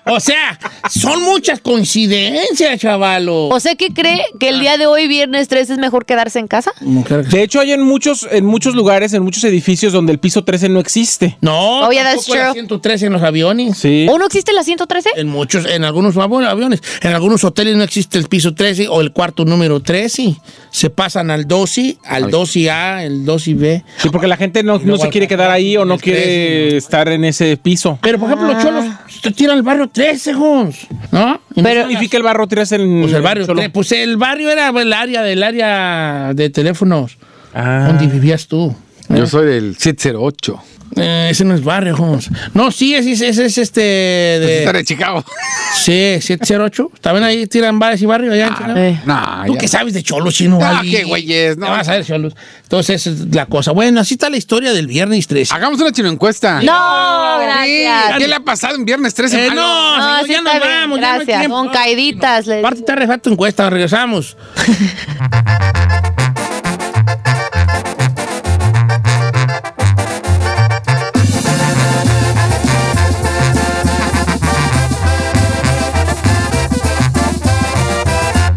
[SPEAKER 1] O sea, son muchas coincidencias, chavalo.
[SPEAKER 2] O sea, ¿qué cree que el día de hoy, viernes 3, es mejor quedarse en casa?
[SPEAKER 3] De hecho, hay en muchos, en muchos lugares, en muchos edificios donde el piso 13 no existe.
[SPEAKER 1] No,
[SPEAKER 2] Oh, yeah, that's
[SPEAKER 1] tampoco era
[SPEAKER 2] true.
[SPEAKER 1] 113 en los aviones.
[SPEAKER 3] Sí.
[SPEAKER 2] ¿O no existe la 113?
[SPEAKER 1] En muchos, en algunos av- aviones, en algunos hoteles no existe el piso 13 o el cuarto número 13. Se pasan al 12, al 12A, el 12B.
[SPEAKER 3] Sí, porque la gente no, no se quiere quedar ahí o no quiere estar en ese piso.
[SPEAKER 1] Pero, por ejemplo,
[SPEAKER 3] Ah.
[SPEAKER 1] los cholos te tiran al barrio 13, Jones, ¿no? Y no
[SPEAKER 3] ¿Qué
[SPEAKER 1] son las-
[SPEAKER 3] significa el barro 13 en
[SPEAKER 1] Pues el barrio,
[SPEAKER 3] Cholo?
[SPEAKER 1] tre- pues el barrio era el área del área de teléfonos
[SPEAKER 3] Ah.
[SPEAKER 1] donde vivías tú.
[SPEAKER 4] Yo soy del 708.
[SPEAKER 1] Eh, ese no es barrio, Jones. No, sí, ese es, ese es este
[SPEAKER 4] Pues Está
[SPEAKER 1] de
[SPEAKER 4] de Chicago.
[SPEAKER 1] sí, 708. También ahí tiran bares y barrio allá. en Chicago?
[SPEAKER 2] Eh.
[SPEAKER 4] Ah, Nah,
[SPEAKER 1] Tú
[SPEAKER 4] ya.
[SPEAKER 1] que sabes de cholos, chino.
[SPEAKER 4] Ah,
[SPEAKER 1] Ali.
[SPEAKER 4] qué güeyes, no.
[SPEAKER 1] Te vas a ver, cholos. Entonces, esa es la cosa. Bueno, así está la historia del viernes 13.
[SPEAKER 4] Hagamos una chino encuesta.
[SPEAKER 2] No, gracias.
[SPEAKER 4] ¿Qué le ha pasado en viernes 13?
[SPEAKER 1] Eh, no,
[SPEAKER 4] malo?
[SPEAKER 2] No,
[SPEAKER 1] señor,
[SPEAKER 2] sí
[SPEAKER 1] ya
[SPEAKER 2] está
[SPEAKER 1] nos vamos.
[SPEAKER 2] bien,
[SPEAKER 1] ya no hay
[SPEAKER 2] Gracias.
[SPEAKER 1] tiempo.
[SPEAKER 2] Con caiditas. le-
[SPEAKER 1] Aparte, está refato tu encuesta. Regresamos.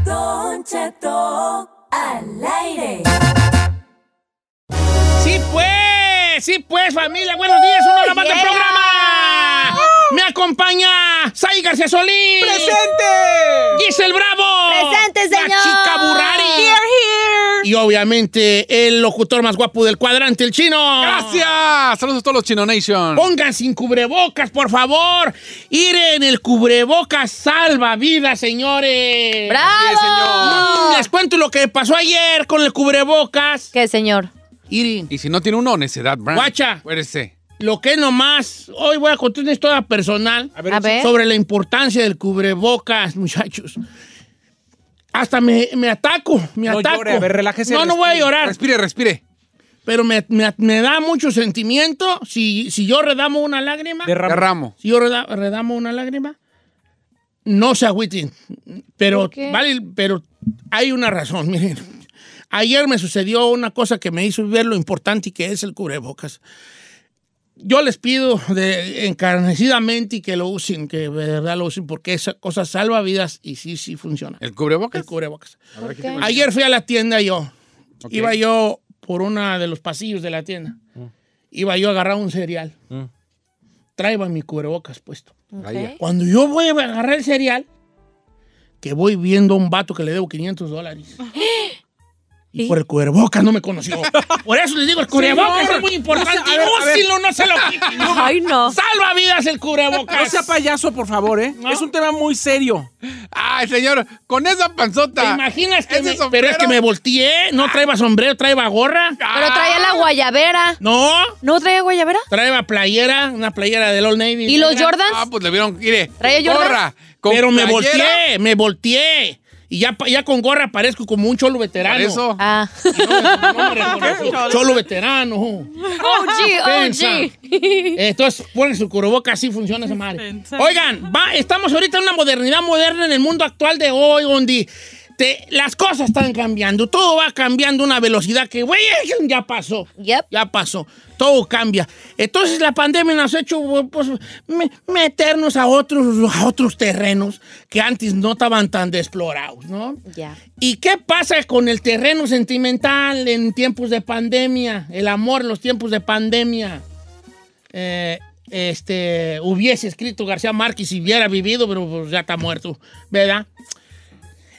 [SPEAKER 7] Don Cheto al aire.
[SPEAKER 1] Sí, pues, sí, pues, familia. Buenos días, una hora más de
[SPEAKER 2] yeah.
[SPEAKER 1] programa. Me acompaña Sai García Solís.
[SPEAKER 3] ¡Presente!
[SPEAKER 1] Gisel Bravo.
[SPEAKER 2] Presente, señor.
[SPEAKER 1] La chica Burrari.
[SPEAKER 5] here.
[SPEAKER 1] Y obviamente, el locutor más guapo del cuadrante, el chino.
[SPEAKER 4] Gracias. Saludos a todos los Chino Nation.
[SPEAKER 1] Pongan sin cubrebocas, por favor. Ir en el cubrebocas salva vidas, señores. Mm,
[SPEAKER 2] ¡Bravo!
[SPEAKER 1] Les cuento lo que pasó ayer con el cubrebocas.
[SPEAKER 2] ¿Qué, señor?
[SPEAKER 1] Irin,
[SPEAKER 4] Y si no tiene uno, necedad, Brand.
[SPEAKER 1] Guacha.
[SPEAKER 4] Fuérese.
[SPEAKER 1] lo que nomás. Hoy voy a contar una historia personal
[SPEAKER 3] A ver,
[SPEAKER 2] A ver.
[SPEAKER 1] sobre la importancia del cubrebocas, muchachos. Hasta me, me ataco, me
[SPEAKER 3] No
[SPEAKER 1] ataco.
[SPEAKER 3] llore, a ver, relájese,
[SPEAKER 1] No, no voy a
[SPEAKER 3] respire,
[SPEAKER 1] llorar,
[SPEAKER 4] Respire, respire.
[SPEAKER 1] pero me, me- me da mucho sentimiento si, si yo redamo una lágrima.
[SPEAKER 3] derrama.
[SPEAKER 4] Derramo.
[SPEAKER 1] Si yo reda- redamo una lágrima, no se agüiten. Pero,
[SPEAKER 2] ¿Por qué?
[SPEAKER 1] vale, pero hay una razón, miren. Ayer me sucedió una cosa que me hizo ver lo importante que es el cubrebocas. Yo les pido de- encarnecidamente que lo usen, que de verdad lo usen, porque esa cosa salva vidas y sí, sí funciona.
[SPEAKER 4] ¿El cubrebocas?
[SPEAKER 1] El cubrebocas.
[SPEAKER 2] ¿Por qué?
[SPEAKER 1] Ayer fui a la tienda yo.
[SPEAKER 4] Ok.
[SPEAKER 1] Iba yo por una de los pasillos de la tienda. Iba yo a agarrar un cereal.
[SPEAKER 3] Mm.
[SPEAKER 1] Traiba mi cubrebocas puesto.
[SPEAKER 2] Ok.
[SPEAKER 4] Vaya.
[SPEAKER 1] Cuando yo voy a agarrar el cereal, que voy viendo a un vato que le debo 500 dólares. Y por el cubrebocas no me conoció. Por eso les digo, el cubrebocas
[SPEAKER 3] Señor,
[SPEAKER 1] es muy importante.
[SPEAKER 3] no sea- a ver, a ver.
[SPEAKER 1] Úsenlo, no se lo quiten.
[SPEAKER 2] Ay, no.
[SPEAKER 1] Salva vidas el
[SPEAKER 3] No
[SPEAKER 1] cubrebocas.
[SPEAKER 3] sea payaso, por favor, ¿eh? Es un tema muy serio.
[SPEAKER 4] Ay, señor, con esa panzota.
[SPEAKER 1] ¿Te imaginas que
[SPEAKER 4] ese
[SPEAKER 1] me,
[SPEAKER 4] sombrero?
[SPEAKER 1] pero es que me volteé? ¿No traeba sombrero, traeba gorra?
[SPEAKER 2] Pero traía la guayabera.
[SPEAKER 1] No,
[SPEAKER 2] ¿No traía guayabera?
[SPEAKER 1] traeba playera, una playera del Old Navy.
[SPEAKER 2] ¿Y los
[SPEAKER 1] negra.
[SPEAKER 4] Ah,
[SPEAKER 2] Jordans?
[SPEAKER 4] pues le vieron, mire.
[SPEAKER 2] ¿Trae Jordan?
[SPEAKER 4] gorra. con
[SPEAKER 1] Pero me
[SPEAKER 4] playera,
[SPEAKER 1] volteé, me volteé. Y ya, pa- ya con gorra parezco como un cholo veterano.
[SPEAKER 4] Por eso.
[SPEAKER 2] Ah.
[SPEAKER 1] No, no, no me reconoce. cholo veterano.
[SPEAKER 2] Oh, OG,
[SPEAKER 1] Pensa. Entonces, ponen su curoboca, así funciona esa madre.
[SPEAKER 5] Pensa.
[SPEAKER 1] Oigan, va, estamos ahorita en una modernidad moderna en el mundo actual de hoy, donde te- las cosas están cambiando. Todo va cambiando a una velocidad que, güey, ya pasó.
[SPEAKER 2] Yep.
[SPEAKER 1] Ya pasó. Todo cambia. Entonces, la pandemia nos ha hecho pues, me- meternos a otros, a otros terrenos que antes no estaban tan explorados, ¿no?
[SPEAKER 2] Ya.
[SPEAKER 1] ¿Y qué pasa con el terreno sentimental en tiempos de pandemia? El amor en los tiempos de pandemia. Eh, este, hubiese escrito García Márquez si hubiera vivido, pero pues, ya está muerto, ¿verdad?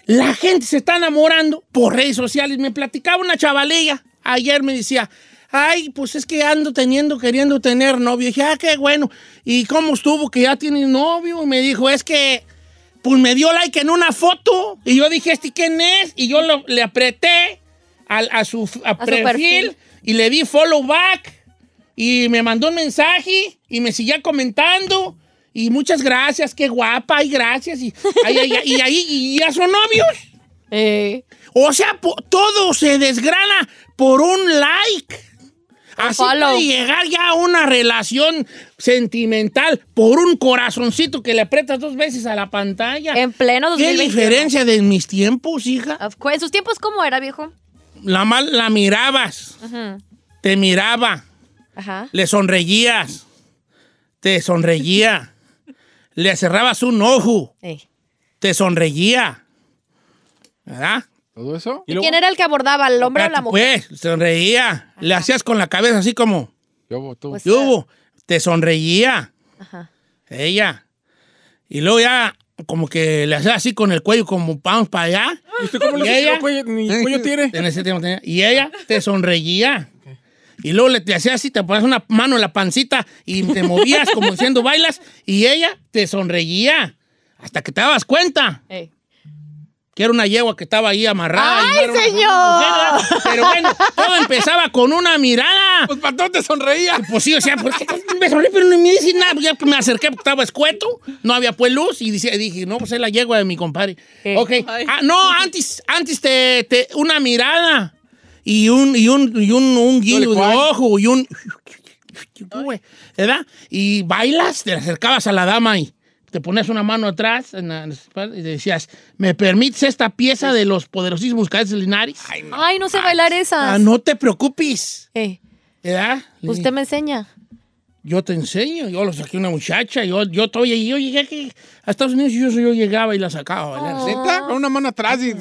[SPEAKER 1] La gente se está enamorando por redes sociales. Me platicaba una chavalilla ayer, me decía, ay, pues es que ando teniendo, queriendo tener novio. Y dije, ah, qué bueno. ¿Y cómo estuvo que ya tiene novio? Y me dijo, es que, pues me dio like en una foto. Y yo dije, ¿este quién es? Y yo lo- le apreté al- a, su, f- a
[SPEAKER 2] su
[SPEAKER 1] perfil,
[SPEAKER 2] perfil.
[SPEAKER 1] y le di follow back. Y me mandó un mensaje y me seguía comentando. Y muchas gracias, qué guapa, y gracias. Y, ay, ay, ay, y ahí y ya son novios.
[SPEAKER 2] Eh.
[SPEAKER 1] O sea, po- todo se desgrana por un like. Así
[SPEAKER 2] follow.
[SPEAKER 1] puede llegar ya a una relación sentimental por un corazoncito que le aprietas dos veces a la pantalla.
[SPEAKER 2] En pleno
[SPEAKER 1] ¿Qué
[SPEAKER 2] 2021.
[SPEAKER 1] diferencia de mis tiempos, hija?
[SPEAKER 2] Of course. ¿En sus tiempos cómo era, viejo?
[SPEAKER 1] La, mal- la mirabas,
[SPEAKER 2] Ajá.
[SPEAKER 1] te miraba,
[SPEAKER 2] Ajá.
[SPEAKER 1] le sonreías, te sonreía, le cerrabas un ojo,
[SPEAKER 2] Ey.
[SPEAKER 1] te sonreía. ¿Verdad?
[SPEAKER 4] ¿Todo eso?
[SPEAKER 2] ¿Y quién era el que abordaba, el hombre o la
[SPEAKER 1] Espérate,
[SPEAKER 2] mujer?
[SPEAKER 1] Pues, sonreía. Le hacías con la cabeza así como,
[SPEAKER 4] Yo, tú.
[SPEAKER 2] Pues,
[SPEAKER 1] ¿qué hubo? Te sonreía
[SPEAKER 2] Ajá.
[SPEAKER 1] ella. Y luego ya, como que le hacías así con el cuello, como vamos para allá.
[SPEAKER 3] ¿Y usted cómo
[SPEAKER 1] ¿Y
[SPEAKER 3] le dice que
[SPEAKER 1] ella?
[SPEAKER 3] no cuello- ni cuello tiene?
[SPEAKER 1] En ese tiempo tenía- Y ella te sonreía. Y luego le te hacías así, te ponías una mano en la pancita y te movías como diciendo bailas. Y ella te sonreía. Hasta que te dabas cuenta
[SPEAKER 2] Ey.
[SPEAKER 1] que era una yegua que estaba ahí amarrada. y no
[SPEAKER 2] ¡Ay,
[SPEAKER 1] era una-
[SPEAKER 2] señor!
[SPEAKER 1] Pero bueno, todo empezaba con una mirada.
[SPEAKER 4] Pues para todo te sonreía.
[SPEAKER 1] Pues sí, o sea, ¿por qué me sonreí? Pero no me dice nada. pues, Ya que me acerqué porque estaba escueto, no había pues luz y dice- dije, no, pues es la yegua de mi compadre.
[SPEAKER 2] Eh.
[SPEAKER 1] Ok. Ah, no, antes, antes te, te- una mirada y un, y un, y un, un guiño de
[SPEAKER 4] cual.
[SPEAKER 1] ojo y un... ¿Verdad? Y bailas, te acercabas a la dama y te ponías una mano atrás en la- en la espalda y decías, ¿me permites esta pieza de los poderosísimos cadetes Linares?
[SPEAKER 2] Ay, no sé bailar esas.
[SPEAKER 1] Ah, no te preocupes,
[SPEAKER 2] Ey,
[SPEAKER 1] ¿verdad?
[SPEAKER 2] Usted me enseña.
[SPEAKER 1] Yo te enseño, yo lo saqué a una muchacha, yo, yo todavía, yo llegué aquí a Estados Unidos y yo, yo llegaba y la sacaba a bailar.
[SPEAKER 2] Oh.
[SPEAKER 4] ¿Neta? Con una mano atrás y.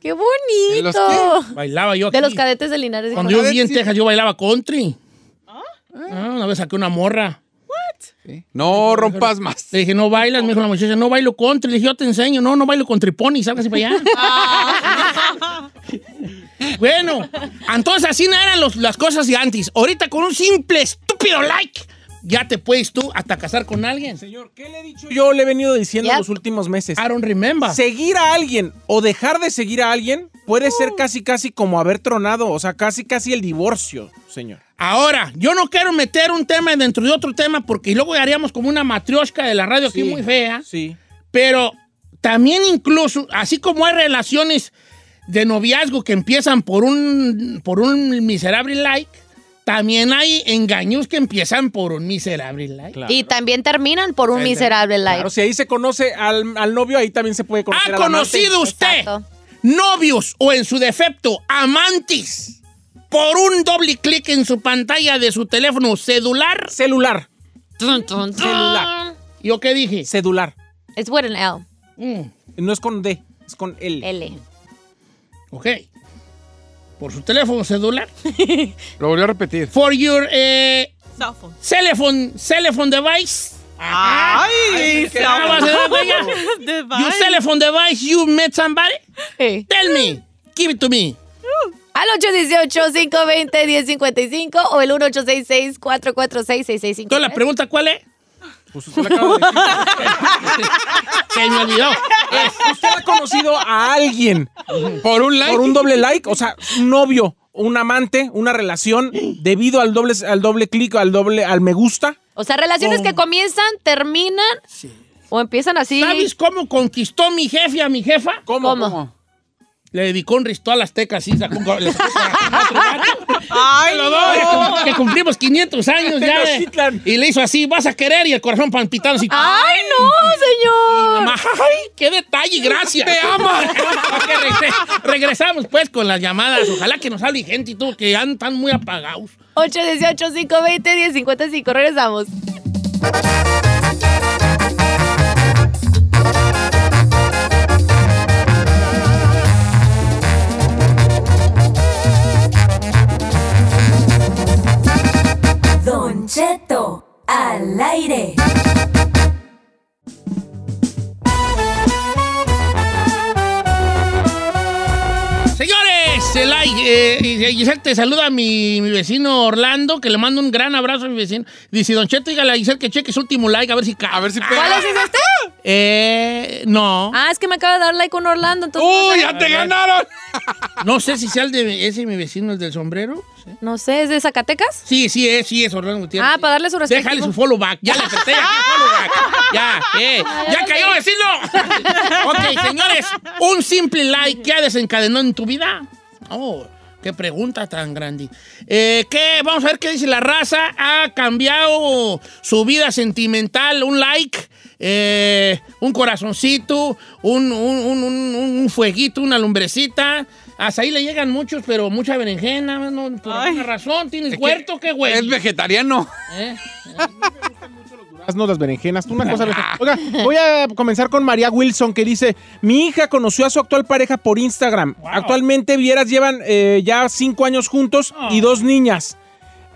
[SPEAKER 2] ¡Qué
[SPEAKER 4] ¿De los
[SPEAKER 2] bonito!
[SPEAKER 4] qué?
[SPEAKER 1] Bailaba yo aquí.
[SPEAKER 2] Oh. De los cadetes de Linares. dijo.
[SPEAKER 1] Cuando yo vivía en
[SPEAKER 4] Sí.
[SPEAKER 1] Texas, yo bailaba country. Ah, una vez saqué una morra.
[SPEAKER 4] No rompas más.
[SPEAKER 1] Le dije, no bailas, me dijo la muchacha, no bailo country. Le dije, yo te enseño, no, no bailo country pony, sálgase para allá.
[SPEAKER 2] Ah.
[SPEAKER 1] bueno, entonces así no eran los- las cosas de antes. Ahorita con un simple estúpido like, ya te puedes tú hasta casar con alguien.
[SPEAKER 3] Señor, ¿qué le he dicho? Yo le he venido diciendo
[SPEAKER 2] Ya.
[SPEAKER 3] los últimos meses.
[SPEAKER 1] I don't remember.
[SPEAKER 3] Seguir a alguien o dejar de seguir a alguien puede ser casi casi como haber tronado, o sea, casi casi el divorcio, señor.
[SPEAKER 1] Ahora, yo no quiero meter un tema dentro de otro tema porque luego haríamos como una matrioshka de la radio aquí
[SPEAKER 3] Sí,
[SPEAKER 1] muy fea,
[SPEAKER 3] Sí.
[SPEAKER 1] pero también incluso, así como hay relaciones de noviazgo que empiezan por un, por un miserable like, también hay engaños que empiezan por un miserable like.
[SPEAKER 3] Claro.
[SPEAKER 2] Y también terminan por un
[SPEAKER 1] Sí, sí.
[SPEAKER 2] miserable like.
[SPEAKER 3] Claro, si ahí se conoce al, al novio, ahí también se puede conocer.
[SPEAKER 1] ¿Ha
[SPEAKER 3] al amante.
[SPEAKER 1] conocido usted
[SPEAKER 2] Exacto.
[SPEAKER 1] novios o en su defecto amantes por un doble clic en su pantalla de su teléfono celular?
[SPEAKER 3] Celular. Celular.
[SPEAKER 2] Ah,
[SPEAKER 1] ¿Yo qué dije?
[SPEAKER 3] Celular.
[SPEAKER 2] It's with an L.
[SPEAKER 1] Mm.
[SPEAKER 3] No es con D, es con L.
[SPEAKER 2] L.
[SPEAKER 1] Ok. Por su teléfono celular.
[SPEAKER 4] Lo volvió a repetir.
[SPEAKER 1] For your eh,
[SPEAKER 5] Cell phone.
[SPEAKER 1] telephone, telephone device. Ajá.
[SPEAKER 3] ¡Ay!
[SPEAKER 5] myself.
[SPEAKER 1] Ah, vas a ser dueña. Your
[SPEAKER 5] Divine.
[SPEAKER 1] telephone device, you met somebody?
[SPEAKER 2] Hey.
[SPEAKER 1] Tell
[SPEAKER 5] Mm.
[SPEAKER 1] me. Give it to me.
[SPEAKER 2] Al 818-520-1055 o el 1866-446-6653.
[SPEAKER 1] Entonces la pregunta, ¿cuál es?
[SPEAKER 3] Pues usted, la acaba de decir.
[SPEAKER 1] Se Ah, me olvidó.
[SPEAKER 3] Usted ha conocido a alguien
[SPEAKER 4] Por un like.
[SPEAKER 3] por un doble like, o sea, un novio, un amante, una relación debido al doble al doble clic, al doble al me gusta.
[SPEAKER 2] O sea, relaciones que comienzan, terminan o empiezan así.
[SPEAKER 1] ¿Sabes cómo conquistó mi jefe a mi jefa?
[SPEAKER 3] ¿Cómo?
[SPEAKER 2] ¿Cómo?
[SPEAKER 1] Le dedicó un risto a las tecas y sacó le sacó para otro gato.
[SPEAKER 5] Ay, no.
[SPEAKER 1] Que cumplimos 500 años ya. de-
[SPEAKER 3] Tenochtitlan.
[SPEAKER 1] y le hizo así, vas a querer, y el corazón palpitando
[SPEAKER 5] Ah.
[SPEAKER 1] así.
[SPEAKER 2] ¡Ay, no, señor!
[SPEAKER 1] Mamá, ¡Ay, qué detalle! ¡Gracias! ¡Te amo! regresamos, pues, con las llamadas. Ojalá que nos hable gente y todo, que andan tan muy apagados.
[SPEAKER 2] 818-520-1055. Regresamos.
[SPEAKER 7] Don Cheto al aire.
[SPEAKER 1] Señores, el ay- eh, eh, Giselle te saluda a mi, mi vecino Orlando, que le mando un gran abrazo a mi vecino. Dice, Don Cheto, dígale a Giselle que cheque su último like, a ver si cae.
[SPEAKER 4] A ver si
[SPEAKER 2] ¿Cuál es ese este?
[SPEAKER 1] Eh, no.
[SPEAKER 2] Ah, es que me acaba de dar like con Orlando, entonces. no
[SPEAKER 4] ¡Uy,
[SPEAKER 2] sé-
[SPEAKER 4] ya te ganaron!
[SPEAKER 1] No sé si sea el de ese mi vecino, el del sombrero.
[SPEAKER 2] No sé, ¿es de Zacatecas?
[SPEAKER 1] Sí, sí es, sí es Orlando Gutiérrez.
[SPEAKER 2] Ah,
[SPEAKER 1] sí.
[SPEAKER 2] para darle su respeto.
[SPEAKER 1] Déjale su follow back. Ya le apreté aquí el follow back. Ya, eh. Ya cayó, vecino. ok, señores. Un simple like que ha desencadenado en tu vida. Oh, qué pregunta tan grande. Eh, ¿qué? Vamos a ver qué dice la raza. Ha cambiado su vida sentimental. Un like. eh, un corazoncito, un, un, un- un- un fueguito, una lumbrecita. Hasta ahí le llegan muchos, pero mucha berenjena. No, por
[SPEAKER 5] Ay.
[SPEAKER 1] alguna razón. ¿Tienes
[SPEAKER 4] Es que
[SPEAKER 1] huerto? ¿Qué güey?
[SPEAKER 4] Es vegetariano.
[SPEAKER 1] ¿Eh?
[SPEAKER 3] Haznos las berenjenas, tú una cosa. Oiga, voy a comenzar con María Wilson que dice, mi hija conoció a su actual pareja por Instagram. Actualmente vieras llevan eh, ya cinco años juntos y dos niñas.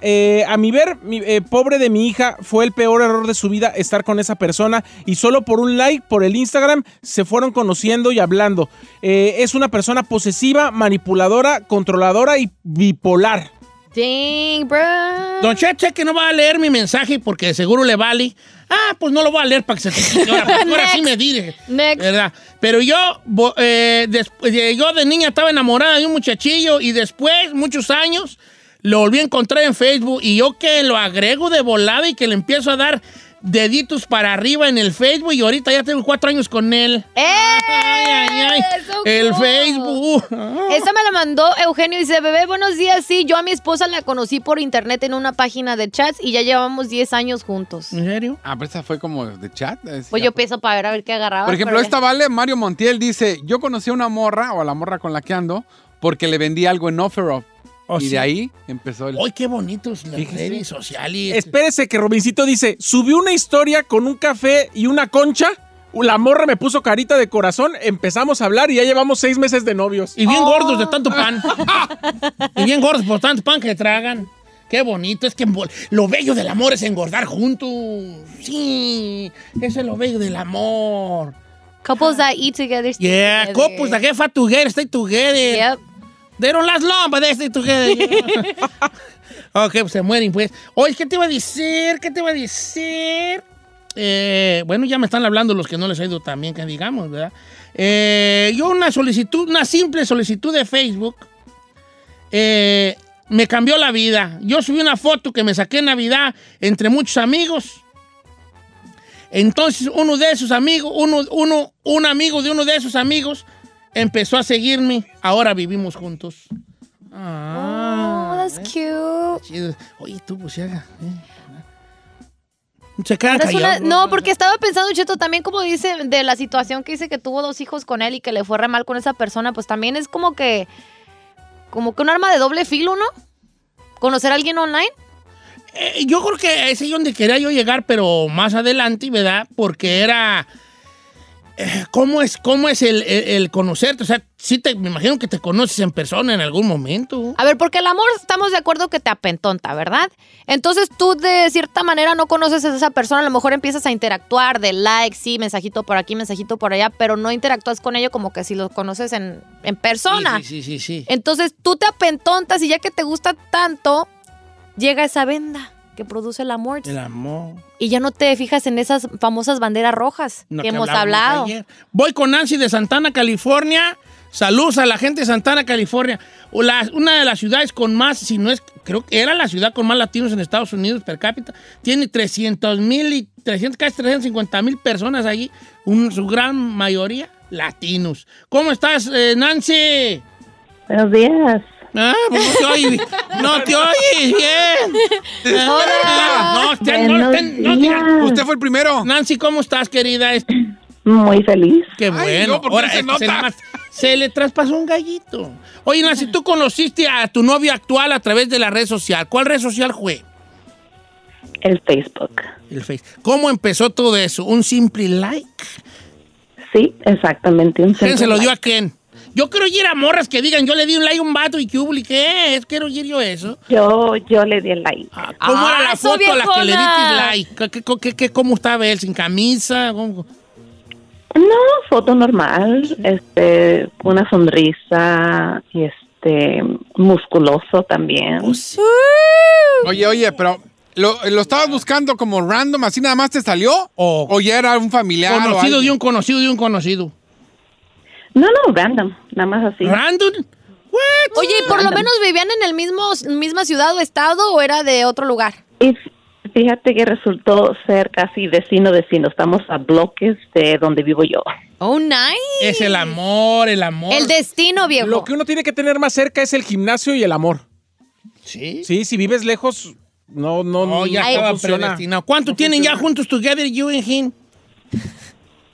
[SPEAKER 3] Eh, a mi ver, mi- eh, pobre de mi hija, fue el peor error de su vida estar con esa persona y solo por un like por el Instagram se fueron conociendo y hablando. Eh, es una persona posesiva, manipuladora, controladora y bipolar.
[SPEAKER 2] Dang, bro.
[SPEAKER 1] Don Chet, sé que no va a leer mi mensaje porque de seguro le vale. Ah, pues no lo voy a leer para que se te ahora, porque ahora sí me dirige.
[SPEAKER 2] Next.
[SPEAKER 1] ¿Verdad? Pero yo, bo- eh, desp- eh, yo de niña estaba enamorada de un muchachillo y después, muchos años, lo volví a encontrar en Facebook y yo que lo agrego de volada y que le empiezo a dar deditos para arriba en el Facebook y ahorita ya tengo cuatro años con él.
[SPEAKER 2] ¡Eh!
[SPEAKER 1] Ay, ay, ay.
[SPEAKER 2] Eso
[SPEAKER 1] El
[SPEAKER 2] no.
[SPEAKER 1] Facebook. uh,
[SPEAKER 2] Esa me la mandó Eugenio. Dice, bebé, buenos días. Sí, yo a mi esposa la conocí por internet en una página de chats y ya llevamos 10 años juntos.
[SPEAKER 1] ¿En serio?
[SPEAKER 4] Ah, pero esa fue como de chat. es-
[SPEAKER 2] Pues yo pienso para ver a ver qué agarraba.
[SPEAKER 4] Por ejemplo,
[SPEAKER 2] pero-
[SPEAKER 4] esta vale, Mario Montiel dice, yo conocí a una morra o a la morra con la que ando porque le vendí algo en OfferUp.
[SPEAKER 1] Oh,
[SPEAKER 4] y
[SPEAKER 1] sí. Oh,
[SPEAKER 4] de ahí empezó el...
[SPEAKER 1] Ay, qué bonitos las redes sociales.
[SPEAKER 3] Espérese que Robincito dice, subí una historia con un café y una concha, la morra me puso carita de corazón, empezamos a hablar y ya llevamos seis meses de novios.
[SPEAKER 1] Y bien gordos de tanto pan. y bien gordos por tanto pan que tragan. Qué bonito, es que embol- lo bello del amor es engordar juntos. Sí, eso es lo bello del amor.
[SPEAKER 2] Couples that eat together. stay
[SPEAKER 1] Yeah,
[SPEAKER 2] together.
[SPEAKER 1] couples, la jefa together, stay together.
[SPEAKER 2] Yep.
[SPEAKER 1] They don't last long, but they stay together. ok, pues se mueren, pues. Oye, ¿qué te iba a decir? ¿Qué te iba a decir? Eh, bueno, ya me están hablando los que no les ha ido tan bien, que digamos, ¿verdad? Eh, yo una solicitud, una simple solicitud de Facebook eh, me cambió la vida. Yo subí una foto que me saqué en Navidad entre muchos amigos. Entonces uno de esos amigos, uno, uno, un amigo de uno de esos amigos empezó a seguirme. Ahora vivimos juntos.
[SPEAKER 2] Oh,
[SPEAKER 1] Ah,
[SPEAKER 2] that's cute.
[SPEAKER 1] chido. Oye, tú, pues ya. eh. Se quedan
[SPEAKER 2] Ahora es una-
[SPEAKER 1] callados,
[SPEAKER 2] no, porque estaba pensando, Cheto, también como dice de la situación que dice que tuvo dos hijos con él y que le fue re mal con esa persona, pues también es como que, como que un arma de doble filo, ¿no? Conocer a alguien online.
[SPEAKER 1] Eh, yo creo que ese es donde quería yo llegar, pero más adelante, ¿verdad? Porque era. eh, ¿cómo es, cómo es el, el- el conocerte? O sea, sí te, me imagino que te conoces en persona en algún momento.
[SPEAKER 2] A ver, porque el amor estamos de acuerdo que te apentonta, ¿verdad? Entonces tú de cierta manera no conoces a esa persona, a lo mejor empiezas a interactuar de like, sí, mensajito por aquí, mensajito por allá, pero no interactúas con ello como que si lo conoces en, en persona.
[SPEAKER 1] Sí, sí, sí, sí. sí.
[SPEAKER 2] Entonces tú te apentontas y ya que te gusta tanto, llega esa venda que produce el amor
[SPEAKER 1] El amor.
[SPEAKER 2] y ya no te fijas en esas famosas banderas rojas
[SPEAKER 1] No,
[SPEAKER 2] que hemos
[SPEAKER 1] hablábamos
[SPEAKER 2] hablado.
[SPEAKER 1] ayer. Voy con Nancy de Santana, California. Saludos a la gente de Santana, California. O la- una de las ciudades con más, si no es, creo que era la ciudad con más latinos en Estados Unidos per cápita. Tiene 300 mil y 300, casi 350 mil personas allí. Un- su gran mayoría latinos. ¿Cómo estás, eh, Nancy?
[SPEAKER 6] Buenos días.
[SPEAKER 1] Ah, pues no te oyes. No te oyes bien. No, usted no,
[SPEAKER 6] Buenos
[SPEAKER 1] usted no diga.
[SPEAKER 6] días.
[SPEAKER 4] Usted fue el primero.
[SPEAKER 1] Nancy, ¿cómo estás, querida?
[SPEAKER 6] Muy feliz.
[SPEAKER 1] Qué bueno.
[SPEAKER 4] no, ¿por qué
[SPEAKER 1] Ahora,
[SPEAKER 4] se
[SPEAKER 1] es que se,
[SPEAKER 4] nota?
[SPEAKER 1] le mas- se le traspasó un gallito. Oye, Nancy, tú conociste a tu novio actual a través de la red social. ¿Cuál red social fue?
[SPEAKER 6] El Facebook.
[SPEAKER 1] El Face. ¿Cómo empezó todo eso? ¿Un simple like?
[SPEAKER 6] Sí, exactamente. un
[SPEAKER 1] ¿Quién se lo
[SPEAKER 6] centro-
[SPEAKER 1] dio a quién? Yo quiero ir a morras que digan, yo le di un like a un vato y que publiqué. Es, quiero oír yo eso.
[SPEAKER 6] Yo, yo le di el like.
[SPEAKER 1] Ah, ¿Cómo
[SPEAKER 2] Ah,
[SPEAKER 1] era la
[SPEAKER 2] eso,
[SPEAKER 1] foto a la que le diste
[SPEAKER 2] viejona.
[SPEAKER 1] like? ¿Qué- qué- qué- qué- ¿Cómo estaba él? ¿Sin camisa? ¿Cómo?
[SPEAKER 6] No, foto normal, este, una sonrisa y este musculoso también.
[SPEAKER 1] Oh,
[SPEAKER 4] Oye, oye, pero ¿lo, lo estabas buscando como random, así nada más te salió?
[SPEAKER 1] O-
[SPEAKER 4] ¿O, ya era un familiar? o
[SPEAKER 1] Conocido
[SPEAKER 4] alguien?
[SPEAKER 1] de un conocido de un conocido.
[SPEAKER 6] No, no, random, nada más así.
[SPEAKER 1] ¿Random? What?
[SPEAKER 2] Oye, ¿y por lo menos vivían en el mismo misma ciudad o estado o era de otro lugar?
[SPEAKER 6] Y fíjate que resultó ser casi vecino vecino. Estamos a bloques de donde vivo yo.
[SPEAKER 2] Oh, nice.
[SPEAKER 1] Es el amor, el amor.
[SPEAKER 2] El destino, viejo.
[SPEAKER 3] Lo que uno tiene que tener más cerca es el gimnasio y el amor.
[SPEAKER 1] Sí.
[SPEAKER 3] Sí, si vives lejos, no, no,
[SPEAKER 1] No, Oh, ya
[SPEAKER 2] Ay.
[SPEAKER 1] estaba
[SPEAKER 3] funciona.
[SPEAKER 1] predestinado. ¿Cuánto tienen ya juntos together, you and him?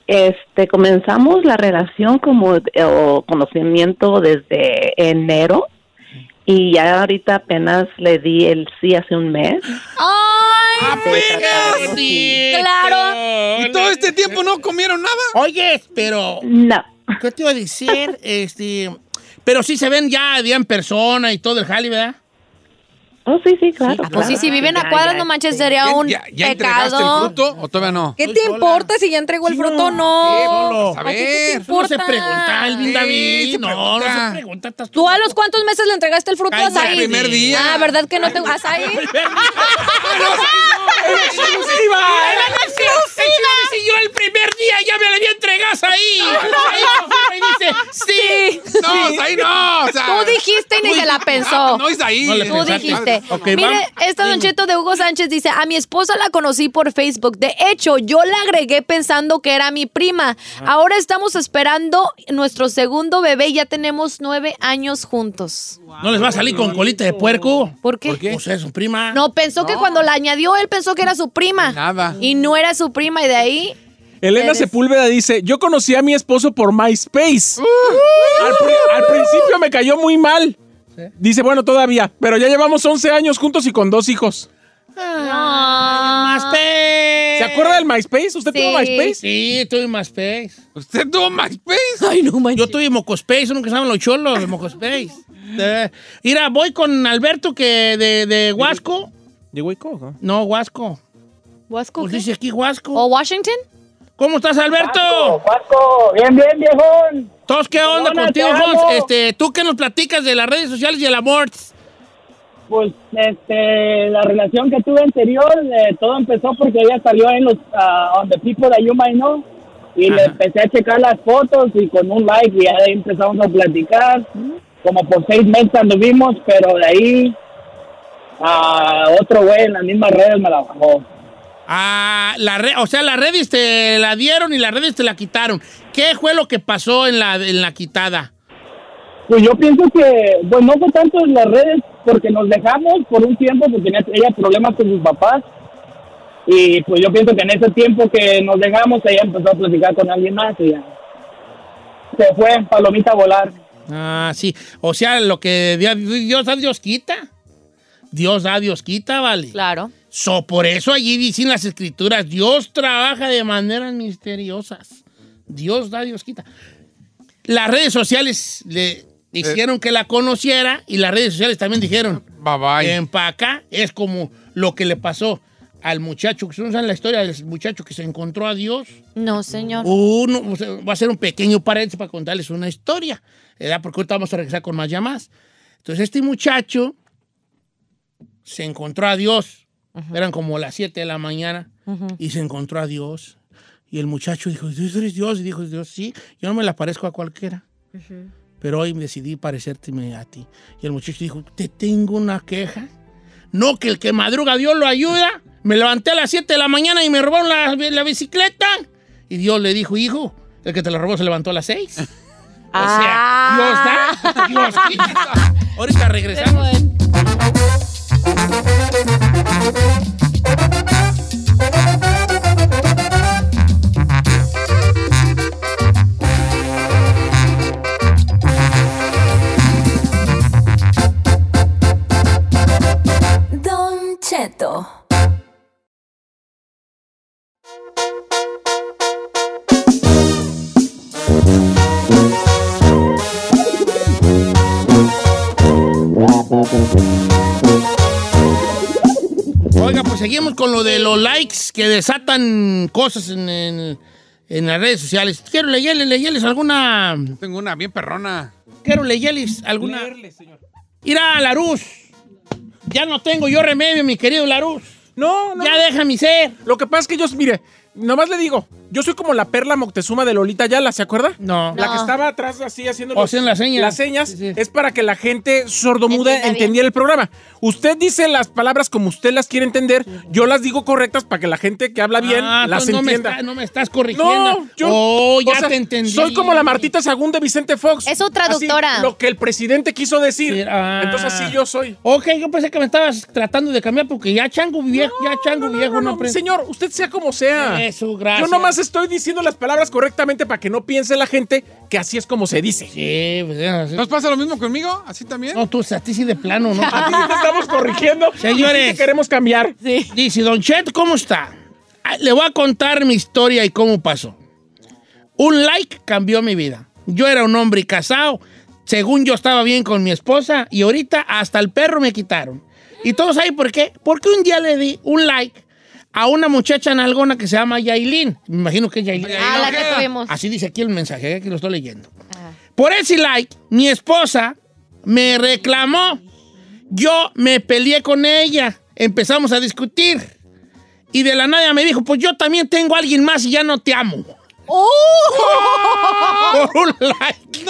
[SPEAKER 6] Este, comenzamos la relación como eh, o conocimiento desde enero y ya ahorita apenas le di el sí hace un mes.
[SPEAKER 2] ¡Ay!
[SPEAKER 1] Ah,
[SPEAKER 6] tratamos y-
[SPEAKER 2] Claro.
[SPEAKER 4] ¿Y todo este tiempo no comieron nada?
[SPEAKER 1] Oye, pero...
[SPEAKER 6] No,
[SPEAKER 1] ¿Qué te iba a decir? Este... Pero sí se ven ya, ya en persona y todo el jali, ¿verdad?
[SPEAKER 6] oh sí sí claro.
[SPEAKER 1] Ah,
[SPEAKER 2] Pues sí,
[SPEAKER 6] claro.
[SPEAKER 2] si viven
[SPEAKER 6] Ya,
[SPEAKER 2] a cuadras,
[SPEAKER 6] ya,
[SPEAKER 2] no manches,
[SPEAKER 6] sí.
[SPEAKER 2] sería un
[SPEAKER 4] ¿Ya, ya entregaste el
[SPEAKER 2] pecado.
[SPEAKER 4] fruto o todavía no?
[SPEAKER 1] ¿Qué te Sola. importa
[SPEAKER 2] si ya entregó
[SPEAKER 1] el fruto o no?
[SPEAKER 4] A
[SPEAKER 1] ¿A
[SPEAKER 4] ver.
[SPEAKER 1] Eso no se pregunta, Elvin
[SPEAKER 4] Sí,
[SPEAKER 1] David.
[SPEAKER 4] se
[SPEAKER 1] no, no
[SPEAKER 4] pregunta.
[SPEAKER 1] se pregunta. Estás
[SPEAKER 2] ¿Tú a los cuántos meses le entregaste el fruto a
[SPEAKER 1] Cállate,
[SPEAKER 2] Said?
[SPEAKER 4] el primer día.
[SPEAKER 2] Ah, ¿verdad que no te vas a ir?
[SPEAKER 1] ¡Exclusiva! ¡Era la exclusiva! Si yo el primer día ya me la había entregado ahí. Ahí confirma y dice, sí.
[SPEAKER 4] No, ahí no. O sea,
[SPEAKER 2] Tú dijiste y ni se la pensó.
[SPEAKER 4] Ah, no, es ahí.
[SPEAKER 1] No le
[SPEAKER 2] Tú
[SPEAKER 1] Pensaste.
[SPEAKER 2] dijiste.
[SPEAKER 1] Ok, vamos.
[SPEAKER 2] Mire, esta Don Cheto de Hugo Sánchez dice, a mi esposa la conocí por Facebook. De hecho, yo la agregué pensando que era mi prima.
[SPEAKER 4] Ah.
[SPEAKER 2] Ahora estamos esperando nuestro segundo bebé y ya tenemos nueve años juntos.
[SPEAKER 1] ¿No les va a salir con colita de puerco?
[SPEAKER 2] ¿Por qué?
[SPEAKER 1] Pues es su prima.
[SPEAKER 2] No, pensó que cuando la añadió, él pensó que era su prima.
[SPEAKER 4] Nada.
[SPEAKER 2] Y no era su prima y de ahí...
[SPEAKER 3] Elena
[SPEAKER 2] Eres-
[SPEAKER 3] Sepúlveda dice, yo conocí a mi esposo por
[SPEAKER 1] Uh,
[SPEAKER 3] MySpace. al, pri- al principio me cayó muy mal. Dice, bueno, todavía, pero ya llevamos 11 años juntos y con dos hijos.
[SPEAKER 1] Más Eh.
[SPEAKER 3] ¿Se acuerda del MySpace? ¿Usted
[SPEAKER 2] Sí.
[SPEAKER 3] tuvo MySpace?
[SPEAKER 1] Sí, tuve más space.
[SPEAKER 4] ¿Usted tuvo MySpace?
[SPEAKER 2] Ay, no
[SPEAKER 1] Yo tuve Mocospace, nunca saben los cholos de Mocospace. Eh, Mira, voy con Alberto que de, de Huasco.
[SPEAKER 3] De Hueco, ¿no?
[SPEAKER 1] No, Huasco.
[SPEAKER 2] ¿Huasco
[SPEAKER 1] Pues
[SPEAKER 2] qué?
[SPEAKER 1] dice aquí Huasco.
[SPEAKER 2] ¿O Washington?
[SPEAKER 1] ¿Cómo estás, Alberto?
[SPEAKER 8] Paco, bien, bien, viejón.
[SPEAKER 1] ¿Tos qué onda
[SPEAKER 8] Hola,
[SPEAKER 1] contigo,
[SPEAKER 8] te amo.
[SPEAKER 1] Jones? Este, ¿Tú qué nos platicas de las redes sociales y el amor?
[SPEAKER 8] Pues este, la relación que tuve anterior, eh, todo empezó porque ella salió en los ah, On the People That You Might Know y le
[SPEAKER 1] Ajá.
[SPEAKER 8] empecé a checar las fotos y con un like y ahí empezamos a platicar. Como por seis meses anduvimos, pero de ahí a otro güey en las mismas redes me la bajó.
[SPEAKER 1] Ah, la red, o sea, las redes te la dieron y las redes te la quitaron. ¿Qué fue lo que pasó en la, en la quitada?
[SPEAKER 8] Pues yo pienso que, pues no fue tanto en las redes, porque nos dejamos por un tiempo, porque tenía ella problemas con sus papás. Y pues yo pienso que en ese tiempo que nos dejamos, ella empezó a platicar con alguien más y ya. Se fue en palomita a volar.
[SPEAKER 1] Ah, sí. O sea, lo que Dios, Dios da, Dios quita. Dios da, Dios quita, vale.
[SPEAKER 2] Claro.
[SPEAKER 1] So, por eso allí dicen las escrituras, Dios trabaja de maneras misteriosas. Dios da, Dios quita. Las redes sociales le hicieron que la conociera y las redes sociales también dijeron,
[SPEAKER 4] Bye bye.
[SPEAKER 1] en pa' acá es como lo que le pasó al muchacho, ¿ustedes saben la historia del muchacho que se encontró a Dios?
[SPEAKER 2] No, señor.
[SPEAKER 1] Uno, o sea, voy a hacer un pequeño paréntesis para contarles una historia, ¿verdad? Porque ahorita vamos a regresar con más llamadas. Entonces, este muchacho se encontró a Dios. Eran como las 7 de la mañana y se encontró a Dios. Y el muchacho dijo, ¿tú eres Dios? Y dijo, Dios, sí, yo no me la parezco a cualquiera. Pero hoy decidí parecerte a ti. Y el muchacho dijo, te tengo una queja. No, que el que madruga Dios lo ayuda. Me levanté a las 7 de la mañana y me robaron la, la bicicleta. Y Dios le dijo, hijo, el que te la robó se levantó a las 6. O sea, Dios da, Dios quita. Ahorita regresamos.
[SPEAKER 7] Don Cheto.
[SPEAKER 1] Oiga, pues seguimos con lo de los likes que desatan cosas en, en- en las redes sociales. Quiero leerles, leerles alguna.
[SPEAKER 4] Tengo una bien perrona.
[SPEAKER 1] Quiero leerles alguna. Mira, Laruz. Ya no tengo yo remedio, mi querido Laruz.
[SPEAKER 3] No, no.
[SPEAKER 1] Ya deja mi ser.
[SPEAKER 3] Lo que pasa es que yo, mire, nomás le digo, yo soy como la perla Moctezuma de Lolita Yala, ¿se acuerda?
[SPEAKER 1] No.
[SPEAKER 3] La que
[SPEAKER 2] No.
[SPEAKER 3] estaba atrás así haciendo
[SPEAKER 1] O sea, en las señas.
[SPEAKER 3] las señas
[SPEAKER 1] Sí, sí.
[SPEAKER 3] es para que la gente sordomuda
[SPEAKER 2] Entienda bien.
[SPEAKER 3] entendiera el programa. Usted dice las palabras como usted las quiere entender, yo las digo correctas para que la gente que habla bien
[SPEAKER 1] Ah,
[SPEAKER 3] las
[SPEAKER 1] entonces no me,
[SPEAKER 3] entienda.
[SPEAKER 1] está- no me estás corrigiendo.
[SPEAKER 3] yo
[SPEAKER 1] Oh,
[SPEAKER 3] o
[SPEAKER 1] ya
[SPEAKER 3] sea,
[SPEAKER 1] te entendí.
[SPEAKER 3] Soy como la Martita Sagún de Vicente Fox.
[SPEAKER 2] Es su traductora.
[SPEAKER 3] Así, lo que el presidente quiso
[SPEAKER 1] Sí,
[SPEAKER 3] decir.
[SPEAKER 1] ah.
[SPEAKER 3] Entonces así yo soy.
[SPEAKER 1] Ok, yo pensé que me estabas tratando de cambiar porque ya chango viejo, ya chango viejo no, aprende.
[SPEAKER 3] señor, usted sea como sea.
[SPEAKER 1] Eso, gracias.
[SPEAKER 3] Yo nomás estoy diciendo las palabras correctamente para que no piense la gente que así es como se dice.
[SPEAKER 1] Sí, pues ya, así.
[SPEAKER 4] ¿Nos pasa lo mismo conmigo? ¿Así también?
[SPEAKER 1] No, tú, a ti sí de plano, ¿no?
[SPEAKER 3] Así te estamos corrigiendo.
[SPEAKER 1] Señores.
[SPEAKER 3] Y sí te queremos cambiar.
[SPEAKER 1] Dice, Don Chet, ¿cómo está? Ah, Le voy a contar mi historia y cómo pasó. Un like cambió mi vida. Yo era un hombre casado. Según yo estaba bien con mi esposa y ahorita hasta el perro me quitaron. ¿Y todos ahí por qué? Porque un día le di un like a una muchacha nalgona que se llama Yailin. Me imagino que es Yailin.
[SPEAKER 2] Ah, la que tuvimos.
[SPEAKER 1] Así dice aquí el mensaje, aquí lo estoy leyendo. Por ese like, mi esposa me reclamó. Yo me peleé con ella. Empezamos a discutir. Y de la nada me dijo, pues yo también tengo a alguien más y ya no te amo.
[SPEAKER 2] ¡Oh!
[SPEAKER 1] Por un like.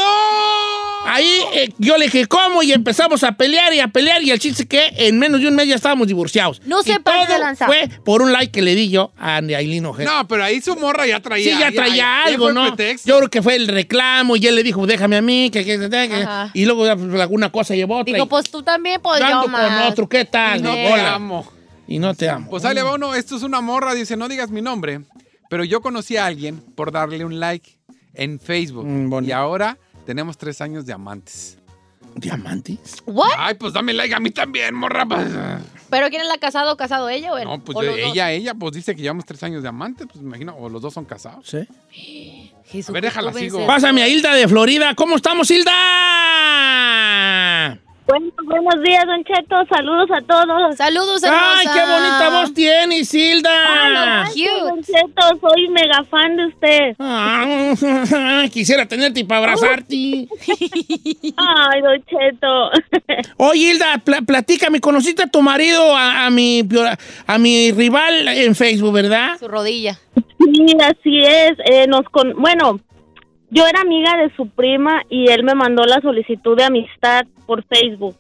[SPEAKER 1] Ahí eh, yo le dije, ¿cómo? Y empezamos a pelear y a pelear. Y el chiste es que en menos de un mes ya estábamos divorciados.
[SPEAKER 2] No se
[SPEAKER 1] Y
[SPEAKER 2] pase de
[SPEAKER 1] todo
[SPEAKER 2] lanza.
[SPEAKER 1] Fue por un like que le di yo a Aileen Ojeda.
[SPEAKER 4] No, pero ahí su morra ya traía.
[SPEAKER 1] Sí, ya traía algo,
[SPEAKER 4] fue
[SPEAKER 1] ¿no?
[SPEAKER 4] pretexto.
[SPEAKER 1] Yo creo que fue el reclamo y él le dijo, déjame a mí, que, que- que- que-
[SPEAKER 2] Ajá.
[SPEAKER 1] y luego ya, pues, alguna cosa llevó otra.
[SPEAKER 2] Digo,
[SPEAKER 1] y
[SPEAKER 2] pues tú también, pues
[SPEAKER 1] dando
[SPEAKER 2] yo
[SPEAKER 1] con
[SPEAKER 2] más.
[SPEAKER 1] otro, ¿qué tal?
[SPEAKER 4] No te
[SPEAKER 1] Hola.
[SPEAKER 4] amo.
[SPEAKER 1] Y no te amo.
[SPEAKER 4] Pues ahí le va uno, esto es una morra, dice, no digas mi nombre, pero yo conocí a alguien por darle un like en Facebook.
[SPEAKER 1] Mm, bonito.
[SPEAKER 4] y ahora tenemos tres años de amantes.
[SPEAKER 1] ¿Diamantes?
[SPEAKER 2] ¿What?
[SPEAKER 4] Ay, pues dame like a mí también, morra. pues.
[SPEAKER 2] ¿Pero quién es la casado o casado? ¿Ella o él?
[SPEAKER 4] No, pues
[SPEAKER 2] ¿O
[SPEAKER 4] yo-
[SPEAKER 2] los dos?
[SPEAKER 4] ella, ella, pues dice que llevamos tres años de amantes, pues me imagino, o los dos son casados.
[SPEAKER 1] Sí.
[SPEAKER 2] Jesús,
[SPEAKER 4] A ver, déjala,
[SPEAKER 2] tú
[SPEAKER 4] sigo.
[SPEAKER 2] vencer.
[SPEAKER 1] Pásame a Hilda de Florida. ¿Cómo estamos, Hilda?
[SPEAKER 6] Bueno, buenos días, Don Cheto. Saludos a todos.
[SPEAKER 2] Saludos, hermosa.
[SPEAKER 1] ¡Ay, qué bonita voz tienes, Hilda!
[SPEAKER 2] Ay, Cute.
[SPEAKER 6] Don Cheto, soy mega fan de usted.
[SPEAKER 1] Ah, quisiera tenerte y para abrazarte.
[SPEAKER 6] Ay, Don Cheto.
[SPEAKER 1] Oye, Hilda, pla- platícame, conociste a tu marido, a, a mi, pio- a mi rival en Facebook, ¿verdad?
[SPEAKER 2] Su rodilla.
[SPEAKER 6] Sí, así es. eh, nos con... Bueno, yo era amiga de su prima y él me mandó la solicitud de amistad por Facebook.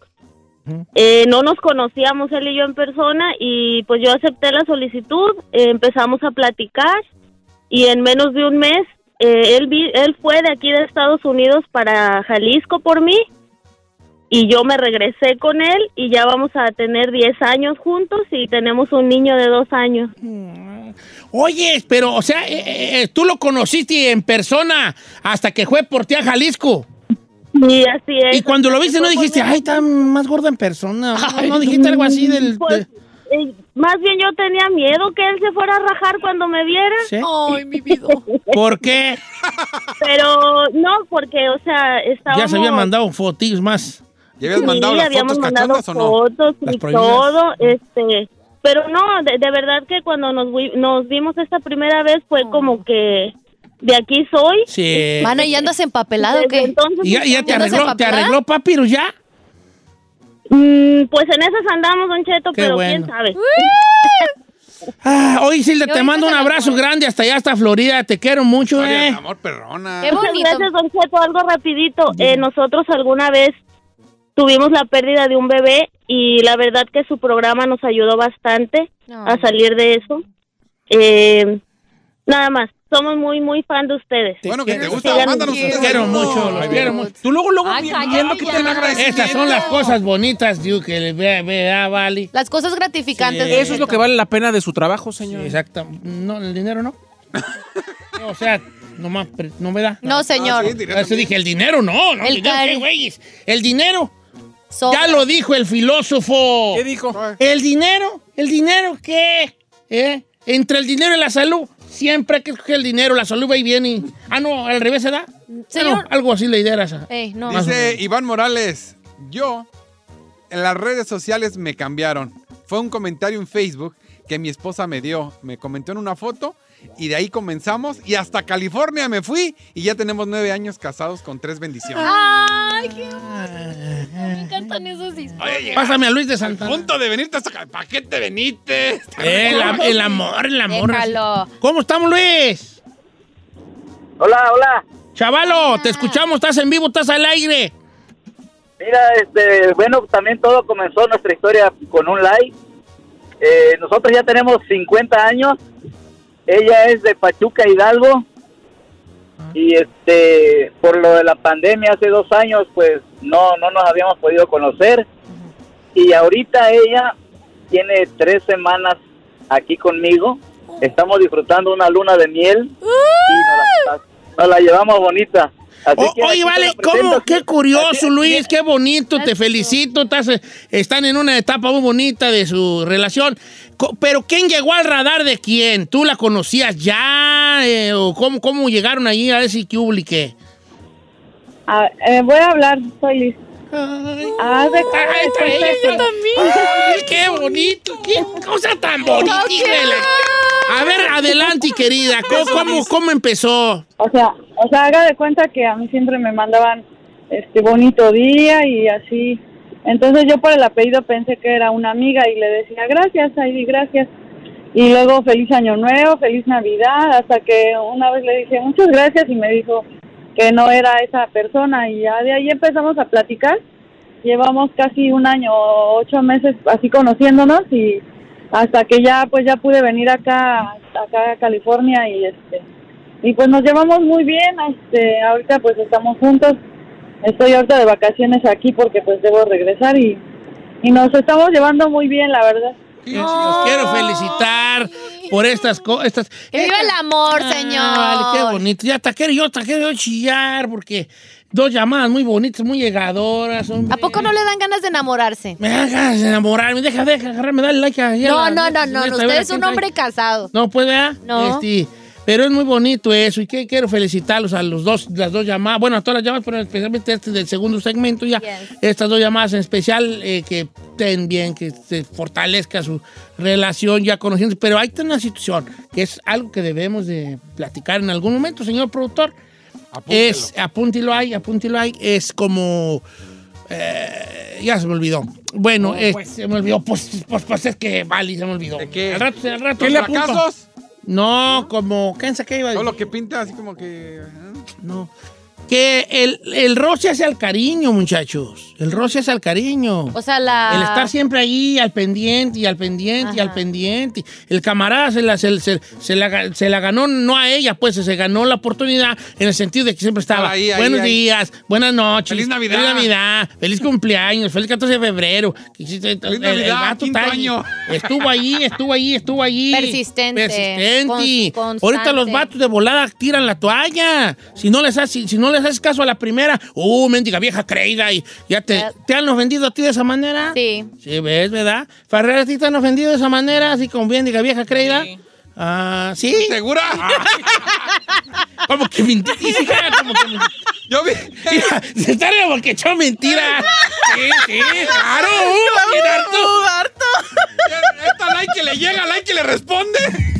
[SPEAKER 6] Eh, no nos conocíamos él y yo en persona y pues yo acepté la solicitud, eh, empezamos a platicar y en menos de un mes eh, él, vi- él fue de aquí de Estados Unidos para Jalisco por mí y yo me regresé con él y ya vamos a tener 10 años juntos y tenemos un niño de dos años.
[SPEAKER 1] Oye, pero, o sea, eh, eh, eh, tú lo conociste en persona hasta que fue por ti a Jalisco.
[SPEAKER 6] Y así es.
[SPEAKER 1] Y cuando lo viste, no
[SPEAKER 6] Fue por
[SPEAKER 1] dijiste,
[SPEAKER 6] mí.
[SPEAKER 1] ay, está más gorda en persona. No, no dijiste algo así del.
[SPEAKER 6] Pues,
[SPEAKER 1] de-
[SPEAKER 6] eh,
[SPEAKER 9] Más bien yo tenía miedo que él se fuera a rajar cuando me viera.
[SPEAKER 1] ¿Sí?
[SPEAKER 5] Ay, mi vida.
[SPEAKER 1] ¿Por qué?
[SPEAKER 9] Pero no, porque, o sea, estábamos...
[SPEAKER 1] Ya se había mandado fotos más.
[SPEAKER 4] ¿Ya habías mandado
[SPEAKER 9] Sí,
[SPEAKER 4] las
[SPEAKER 9] habíamos
[SPEAKER 4] fotos
[SPEAKER 9] mandado
[SPEAKER 4] cachondas o no?
[SPEAKER 9] fotos
[SPEAKER 1] Las
[SPEAKER 9] y
[SPEAKER 1] prohibidas.
[SPEAKER 9] todo, este, pero no, de, de verdad que cuando nos, vi- nos vimos esta primera vez fue
[SPEAKER 1] Oh.
[SPEAKER 9] como que de aquí soy.
[SPEAKER 1] Sí.
[SPEAKER 2] Mano, ¿y andas empapelado o
[SPEAKER 9] Desde
[SPEAKER 2] qué?
[SPEAKER 9] entonces,
[SPEAKER 1] ¿Y ya, ya te
[SPEAKER 2] ¿Ya no se
[SPEAKER 1] arregló, te
[SPEAKER 2] papelaba?
[SPEAKER 1] arregló Papyrus ya?
[SPEAKER 9] mm, pues en esas andamos, Don Cheto,
[SPEAKER 1] Qué
[SPEAKER 9] pero quién
[SPEAKER 1] bueno.
[SPEAKER 9] sabe.
[SPEAKER 1] Ah, oye, Silda, te
[SPEAKER 2] Yo ahorita
[SPEAKER 1] mando un
[SPEAKER 2] se la
[SPEAKER 1] abrazo
[SPEAKER 2] pongo.
[SPEAKER 1] grande hasta allá, hasta Florida. Te quiero mucho,
[SPEAKER 4] Historia de
[SPEAKER 1] eh.
[SPEAKER 4] amor perrona.
[SPEAKER 2] Qué
[SPEAKER 9] Muchas
[SPEAKER 2] bonito.
[SPEAKER 9] gracias, Don Cheto, algo rapidito. Eh, nosotros alguna vez tuvimos la pérdida de un bebé y la verdad que su programa nos ayudó bastante.
[SPEAKER 2] No.
[SPEAKER 9] a salir de eso. Eh, nada más, somos muy, muy fan de ustedes.
[SPEAKER 4] Bueno, que te
[SPEAKER 1] quiero.
[SPEAKER 4] gusta,
[SPEAKER 9] Sigan
[SPEAKER 4] mándanos un
[SPEAKER 1] Te
[SPEAKER 5] Te
[SPEAKER 1] quiero
[SPEAKER 5] quiero.
[SPEAKER 1] mucho, los
[SPEAKER 5] Ay,
[SPEAKER 1] quiero
[SPEAKER 5] bien.
[SPEAKER 1] mucho.
[SPEAKER 3] Tú luego, luego,
[SPEAKER 5] Ay,
[SPEAKER 3] vi-
[SPEAKER 5] cállate,
[SPEAKER 3] viendo que
[SPEAKER 5] ya.
[SPEAKER 3] te la agradecimiento.
[SPEAKER 1] Estas son las cosas bonitas, tío, que le vea, vea, vale.
[SPEAKER 2] Las cosas gratificantes.
[SPEAKER 1] Sí.
[SPEAKER 2] don
[SPEAKER 3] Eso es lo
[SPEAKER 2] Cheto.
[SPEAKER 3] que vale la pena de su trabajo, señor.
[SPEAKER 1] Exacto. No, el dinero no. No, o sea, nomás, pre- no me da.
[SPEAKER 2] No, señor.
[SPEAKER 4] Ah, sí, directamente.
[SPEAKER 1] Eso dije, el dinero no, no,
[SPEAKER 2] El
[SPEAKER 1] el dinero,
[SPEAKER 2] cari-
[SPEAKER 1] ¿qué, güeyes? El dinero,
[SPEAKER 2] Sobra.
[SPEAKER 1] ya lo dijo el filósofo.
[SPEAKER 3] ¿Qué dijo?
[SPEAKER 1] El dinero, el dinero, ¿qué? ¿Eh? Entre el dinero y la salud, siempre hay que escoger el dinero, la salud va y viene. y- Ah, no, al revés se da.
[SPEAKER 2] Señor.
[SPEAKER 1] Bueno, algo así la idea era esa.
[SPEAKER 2] Ey, no.
[SPEAKER 1] Más o
[SPEAKER 4] Dice
[SPEAKER 1] menos.
[SPEAKER 4] Iván Morales, yo, en las redes sociales me cambiaron. Fue un comentario en Facebook que mi esposa me dio. Me comentó en una foto y de ahí comenzamos y hasta California me fui y ya tenemos nueve años casados con tres bendiciones.
[SPEAKER 2] Ay, qué Me encantan esos historias.
[SPEAKER 1] Pásame a Luis de Santana.
[SPEAKER 4] Punto de venirte hasta acá. ¿Para qué te veniste?
[SPEAKER 1] Eh, la- el amor, el amor.
[SPEAKER 2] Déjalo.
[SPEAKER 1] ¿Cómo estamos, Luis?
[SPEAKER 8] Hola, hola.
[SPEAKER 1] Chavalo,
[SPEAKER 2] Ah.
[SPEAKER 1] te escuchamos, estás en vivo, estás al aire.
[SPEAKER 8] Mira, este, bueno, también todo comenzó nuestra historia con un like. Eh, nosotros ya tenemos 50 años. Ella es de Pachuca Hidalgo.
[SPEAKER 1] Ah.
[SPEAKER 8] Y este, por lo de la pandemia hace dos años, pues no, no nos habíamos podido conocer. Y ahorita ella tiene tres semanas aquí conmigo. Estamos disfrutando una luna de miel
[SPEAKER 1] ¡Uh!
[SPEAKER 8] y nos la, nos la llevamos bonita. Así
[SPEAKER 1] O-
[SPEAKER 8] que aquí
[SPEAKER 1] oye,
[SPEAKER 8] te
[SPEAKER 1] vale,
[SPEAKER 8] la presento.
[SPEAKER 1] ¿cómo? Qué curioso,
[SPEAKER 8] Así-
[SPEAKER 1] Luis, qué bonito, te
[SPEAKER 2] Gracias.
[SPEAKER 1] felicito. Estás, eh, están en una etapa muy bonita de su relación. Co- Pero ¿quién llegó al radar de quién? ¿Tú la conocías ya? Eh, ¿O cómo, cómo llegaron allí a decir que publiqué?
[SPEAKER 9] Ah, eh, voy a hablar, soy Liz. Ah, de
[SPEAKER 8] pues,
[SPEAKER 1] Ay, está ella, está- Ay, qué bonito, qué cosa tan bonita. hija de la- A ver, adelante, querida, ¿cómo, cómo, cómo empezó?
[SPEAKER 9] O sea, o sea, haga de cuenta que a mí siempre me mandaban este bonito día y así. Entonces yo por el apellido pensé que era una amiga y le decía gracias, Heidi, gracias. Y luego feliz año nuevo, feliz Navidad, hasta que una vez le dije muchas gracias y me dijo que no era esa persona y ya de ahí empezamos a platicar. Llevamos casi un año, ocho meses así conociéndonos y hasta que ya pues ya pude venir acá, acá a California y este y pues nos llevamos muy bien este ahorita pues estamos juntos estoy ahorita de vacaciones aquí porque pues debo regresar y y nos estamos llevando muy bien la verdad
[SPEAKER 1] Los quiero felicitar por estas cosas. Estas,
[SPEAKER 2] Que viva el amor, señor.
[SPEAKER 1] Ah, vale, qué bonito. Ya hasta quiero yo, hasta quiero yo chillar porque dos llamadas muy bonitas, muy llegadoras. hombre.
[SPEAKER 2] ¿A poco no le dan ganas de enamorarse?
[SPEAKER 1] Me hagas enamorarme, deja, deja, agarrarme, dale like. a-
[SPEAKER 2] No,
[SPEAKER 1] a-
[SPEAKER 2] no,
[SPEAKER 1] a-
[SPEAKER 2] no, no.
[SPEAKER 1] a-
[SPEAKER 2] no,
[SPEAKER 1] a-
[SPEAKER 2] Usted
[SPEAKER 1] a-
[SPEAKER 2] es un
[SPEAKER 1] a-
[SPEAKER 2] hombre casado.
[SPEAKER 1] No, pues vea.
[SPEAKER 2] No.
[SPEAKER 1] Este, pero es muy bonito eso y que quiero felicitarlos a los dos, las dos llamadas, bueno, a todas las llamadas, pero especialmente este del segundo segmento ya,
[SPEAKER 2] Yes.
[SPEAKER 1] estas dos llamadas en especial, eh, que estén bien, que se fortalezca su relación ya conociendo, pero hay una situación que es algo que debemos de platicar en algún momento, señor productor, es, apúntelo ahí, apúntelo ahí, es como... eh, ya se me olvidó. Bueno, eh, se me olvidó. Pues, pues, pues es que vale, se me olvidó.
[SPEAKER 4] ¿De qué?
[SPEAKER 1] Al rato, al rato.
[SPEAKER 4] ¿Qué le
[SPEAKER 1] apunto.
[SPEAKER 4] acasos?
[SPEAKER 1] No, como, ¿qué qué iba a
[SPEAKER 4] Todo
[SPEAKER 1] decir?
[SPEAKER 4] lo que pinta así como que... ¿eh?
[SPEAKER 1] No. Que el, el roce hace al cariño, muchachos. El roce hace al cariño.
[SPEAKER 2] O sea, la.
[SPEAKER 1] el estar siempre ahí al pendiente y al pendiente y
[SPEAKER 2] Ajá.
[SPEAKER 1] al pendiente. El camarada se la, se, se- se la, ga- se la ganó, no a ella, pues se ganó la oportunidad en el sentido de que siempre estaba.
[SPEAKER 4] Ahí, ahí,
[SPEAKER 1] Buenos
[SPEAKER 4] ahí.
[SPEAKER 1] días, buenas noches.
[SPEAKER 4] Feliz Navidad.
[SPEAKER 1] Feliz Navidad, feliz cumpleaños, feliz 14 de febrero. Feliz
[SPEAKER 4] Navidad, quinto año.
[SPEAKER 1] Estuvo ahí, estuvo ahí, estuvo ahí.
[SPEAKER 2] Persistente,
[SPEAKER 1] Persistente.
[SPEAKER 2] cons-
[SPEAKER 1] Ahorita los
[SPEAKER 2] constante.
[SPEAKER 1] vatos de volada tiran la toalla. Si no les hace, si no les haces caso a la primera, uh, mendiga vieja creída, y ya te, te han ofendido a ti de esa manera.
[SPEAKER 2] Sí.
[SPEAKER 1] Sí, ves, ¿verdad? Ferrer, ¿a ti te han ofendido de esa manera, así con mendiga vieja creída? Ah, ¿sí?
[SPEAKER 4] ¿Segura?
[SPEAKER 1] Como que mentís, hija, como que mentís.
[SPEAKER 4] Yo vi.
[SPEAKER 1] Mira, se está echó mentira. Sí, sí, claro, uh, bien harto.
[SPEAKER 5] harto.
[SPEAKER 4] Esta like que le llega, like que le responde.